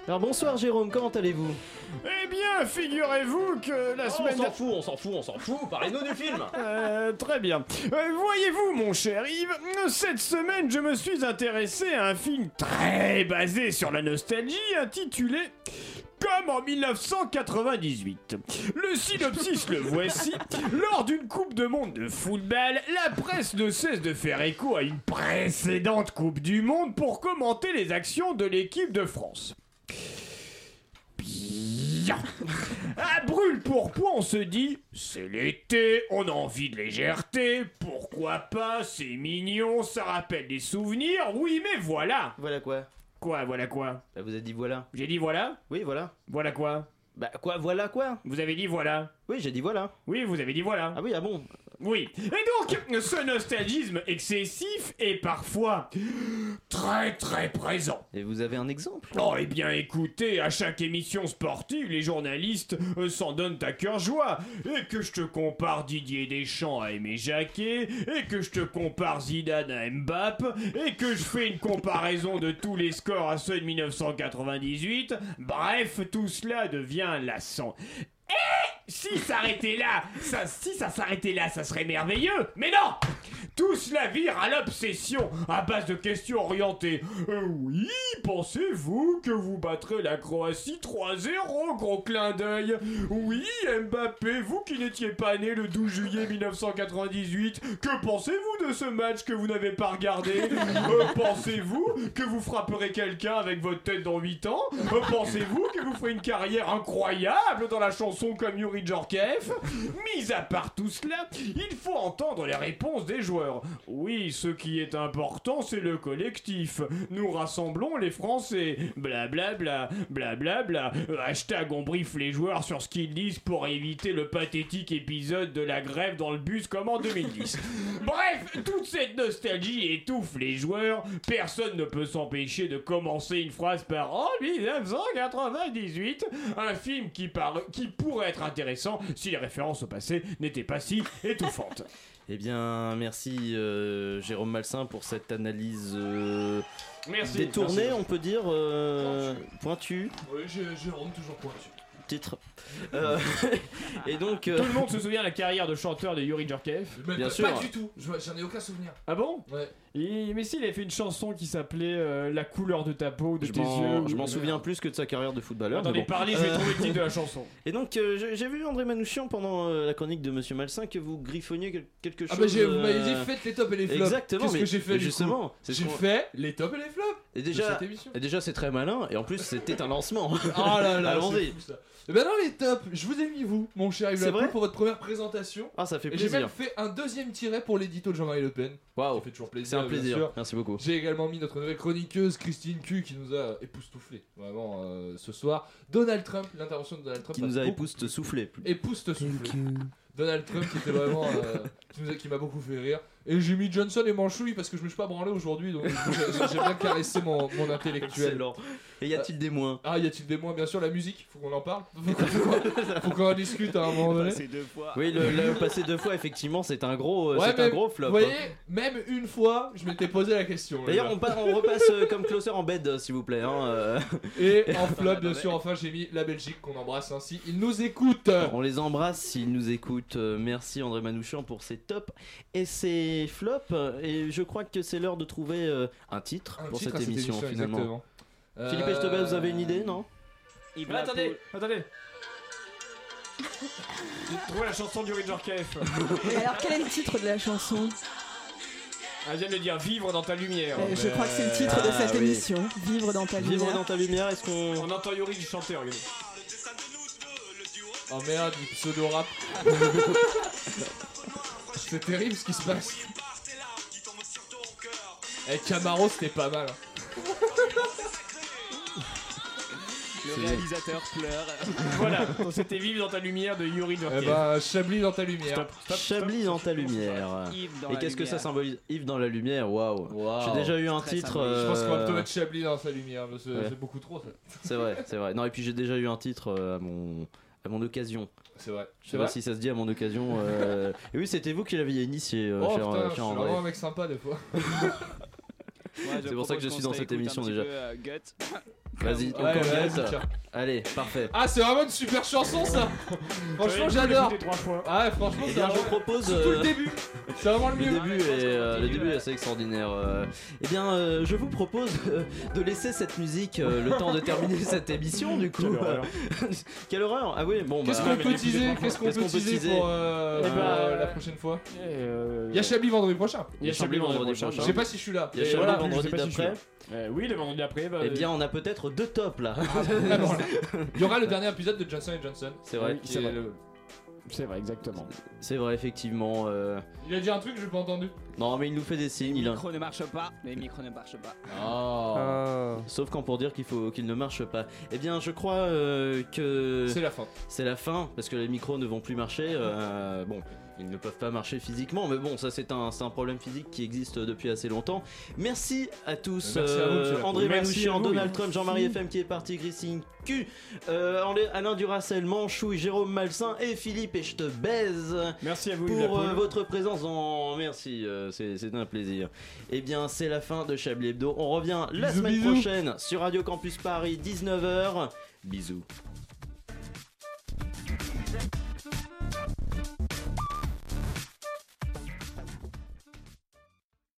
Alors bonsoir Jérôme, comment allez-vous Eh bien, figurez-vous que Euh, la semaine dernière. fout, Oh, on s'en fout, on s'en fout, parlez-nous du film Euh, très bien. Euh, Voyez-vous, mon cher Yves, cette semaine, je me suis intéressé à un film très basé sur la nostalgie intitulé Comme en 1998. Le synopsis le voici. Lors d'une Coupe de Monde de football, la presse ne cesse de faire écho à une précédente Coupe du Monde pour commenter les actions de l'équipe de France. Bien. À brûle pour point, on se dit c'est l'été, on a envie de légèreté, pourquoi pas, c'est mignon, ça rappelle des souvenirs, oui, mais voilà Voilà quoi Quoi, voilà quoi Bah, Vous avez dit voilà. J'ai dit voilà Oui, voilà. Voilà quoi Bah quoi, voilà quoi Vous avez dit voilà Oui, j'ai dit voilà. Oui, vous avez dit voilà Ah oui, ah bon Oui. Et donc, ce nostalgisme excessif est parfois très très présent. Et vous avez un exemple Oh, eh bien écoutez, à chaque émission sportive, les journalistes euh, s'en donnent à cœur joie. Et que je te compare Didier Deschamps à Aimé Jacquet, et que je te compare Zidane à Mbappé, et que je fais une comparaison de tous les scores à ceux de 1998. Bref, tout cela devient lassant. Et si s'arrêtait là, ça, si ça s'arrêtait là, ça serait merveilleux. Mais non tout cela vire à l'obsession, à base de questions orientées. Euh, oui, pensez-vous que vous battrez la Croatie 3-0, gros clin d'œil Oui, Mbappé, vous qui n'étiez pas né le 12 juillet 1998, que pensez-vous de ce match que vous n'avez pas regardé Euh, Pensez-vous que vous frapperez quelqu'un avec votre tête dans 8 ans Euh, Pensez-vous que vous ferez une carrière incroyable dans la chanson comme Yuri Djorkaeff Mis à part tout cela, il faut entendre les réponses des des joueurs. Oui, ce qui est important, c'est le collectif. Nous rassemblons les Français. Blablabla, blablabla. Euh, Hashtag on brief les joueurs sur ce qu'ils disent pour éviter le pathétique épisode de la grève dans le bus comme en 2010. Bref, toute cette nostalgie étouffe les joueurs. Personne ne peut s'empêcher de commencer une phrase par oh, En 1998, un film qui, par- qui pourrait être intéressant si les références au passé n'étaient pas si étouffantes. Eh bien, merci euh, Jérôme Malsain pour cette analyse euh, Merci, détournée, merci. on peut dire, euh, pointue, Oui, Jé- Jérôme, toujours pointu. titre. Euh, et donc, euh, Tout le monde se souvient de la carrière de chanteur de Yuri Djorkaeff Mais Bien pas, sûr. pas du tout, Je- j'en ai aucun souvenir. Ah bon Ouais. Il- Mais si, il avait fait une chanson qui s'appelait euh, La couleur de ta peau, de je tes yeux. m'en- je m'en souviens plus que de sa carrière de footballeur. Attendez, mais bon. parlez, je vais Euh, trouver le titre de la chanson. Et donc, euh, je- j'ai vu André Manouchian pendant euh, la chronique de Monsieur Malsain que vous griffonniez quel- quelque chose. Ah bah j'ai- vous m'avez euh, dit faites les tops et les flops. Exactement, Qu'est-ce mais- que j'ai fait mais du justement, coup c'est ce J'ai qu'on- fait les tops et les flops. Et de déjà, cette émission. et déjà c'est très malin, et en plus, c'était un lancement. Ah là là, c'est Allons-y. fou, ça. Eh ben non les tops, je vous ai mis vous, mon cher Yves C'est Lapoule, vrai pour votre première présentation. Ah, ça fait Et j'ai même plaisir. fait un deuxième tiret pour l'édito de Jean-Marie Le Pen. Waouh, Ça fait toujours plaisir. c'est un bien plaisir. sûr. Merci beaucoup. J'ai également mis notre nouvelle chroniqueuse Christine Q qui nous a époustouflé vraiment euh, ce soir. Donald Trump, l'intervention de Donald Trump Qui m'a nous a beaucoup- épouste soufflé. épouste soufflé. Donald Trump qui était vraiment euh, qui nous a- qui m'a beaucoup fait rire et j'ai mis Johnson et Manchouille parce que je me suis pas branlé aujourd'hui donc j'ai j'ai bien caressé mon, mon intellectuel. Excellent. Et y a-t-il des moins Ah y a-t-il des moins bien sûr la musique faut qu'on en parle faut qu'on- faut qu'on- faut qu'on en discute hein, à un moment donné. Passer deux fois. Oui, le, le passer deux fois, effectivement, c'est un gros, euh, Ouais, c'est un mais gros flop. Vous voyez même une fois je m'étais posé la question. les D'ailleurs, gars. on, part- on repasse euh, comme closer en bed, euh, s'il vous plaît. hein, euh. Et en flop, bien sûr, enfin, j'ai mis la Belgique qu'on embrasse ainsi. Ils nous écoutent On les embrasse s'ils nous écoutent. Euh, Merci André Manouchian pour ses tops et ses flops. Et je crois que c'est l'heure de trouver euh, un titre Un pour titre cette, à cette émission, émission, finalement. exactement. Philippe Euh, Estobel, vous avez une idée, non Ah, attendez, attendez. J'ai trouvé la chanson du Ranger KF. Alors, quel est le titre de la chanson Ah, Elle vient de le dire Vivre dans ta lumière. Euh, Je crois que c'est le titre de cette émission. Vivre dans ta Ah Vivre lumière. dans ta lumière, est-ce qu'on. On entend Yuri chanter, regardez. Oh merde, du pseudo-rap. C'est terrible ce qui se passe. Eh, Camaro, c'était pas mal. hein. Le C'est- réalisateur pleure. voilà, donc c'était Vivre dans ta lumière de Yuri Eh Djorkaeff. bah, Chablis dans ta lumière. Chablis dans ta lumière. Yves dans Et la qu'est-ce que ça lumière. symbolise Yves dans la lumière, waouh. J'ai déjà eu un Très titre. symbolique. Je pense qu'on va euh, plutôt mettre Chablis dans sa lumière. parce que ouais. Euh, C'est beaucoup trop ça. C'est vrai, c'est vrai. Non, et puis j'ai déjà eu un titre euh, à mon à mon occasion. C'est vrai. Je C'est sais pas vrai si ça se dit à mon occasion. euh, Et oui, c'était vous qui l'aviez initié, euh, Oh cher, putain, euh, je cher suis André. vraiment un mec sympa des fois. C'est pour ça que je suis dans cette émission déjà. euh, Vas-y, Ouais, encore vas-y, une lettre. tiens. Allez, parfait. Ah, c'est vraiment une super chanson ça Franchement, j'adore Ah, ouais, franchement, Eh c'est bien, je vraiment- vous propose Surtout euh, le début C'est vraiment le le mieux début est, euh, le début est assez extraordinaire. euh. Eh bien, euh, je vous propose euh, de laisser cette musique euh, le temps de terminer cette émission du coup. Quelle horreur. Quelle horreur Ah oui, bon. Qu'est-ce bah, qu'on mais peut écoutez, teaser Qu'est-ce qu'on peut teaser pour euh, Eh pour, ben, euh, la euh, prochaine fois eh, Il euh, Y'a Chablis vendredi prochain Il y a Chablis vendredi prochain. Je sais pas si je suis là. Il y a mais Chablis voilà. vendredi Je sais pas si je suis d'après. là. Euh, oui, le vendredi d'après. bah, Eh bien, on a peut-être deux tops là. Ah, bon, là. Il y aura le dernier épisode de Johnson Johnson. C'est vrai. Ah Oui, qui c'est est vrai. le- C'est vrai, exactement. C'est vrai, effectivement. euh, Il a dit un truc, j'ai pas entendu. Non, mais il nous fait des signes. Le Il a... micro ne marche pas. Le micro ne marche pas. Oh. Sauf quand pour dire qu'il faut qu'il ne marche pas. Eh bien, je crois euh, que C'est la fin. c'est la fin parce que les micros ne vont plus marcher. euh, bon, ils ne peuvent pas marcher physiquement, mais bon, ça c'est un, c'est un problème physique qui existe depuis assez longtemps. Merci à tous. Eh, Merci à vous, monsieur Lapouille. euh, André Merci à Manouchian, vous, Donald oui. Trump, Jean-Marie Merci. FM qui est parti, Grissing Q, euh, André- Alain Duracel, Manchouille, Jérôme Malsain et Philippe et je te baise Merci à vous, Yves pour euh, Lapoule. votre présence. en Merci, euh, c'est c'est un plaisir. Eh bien, c'est la fin de Chablis Hebdo. On revient la Bisous, semaine bisous. prochaine sur Radio Campus Paris, 19h. Bisous.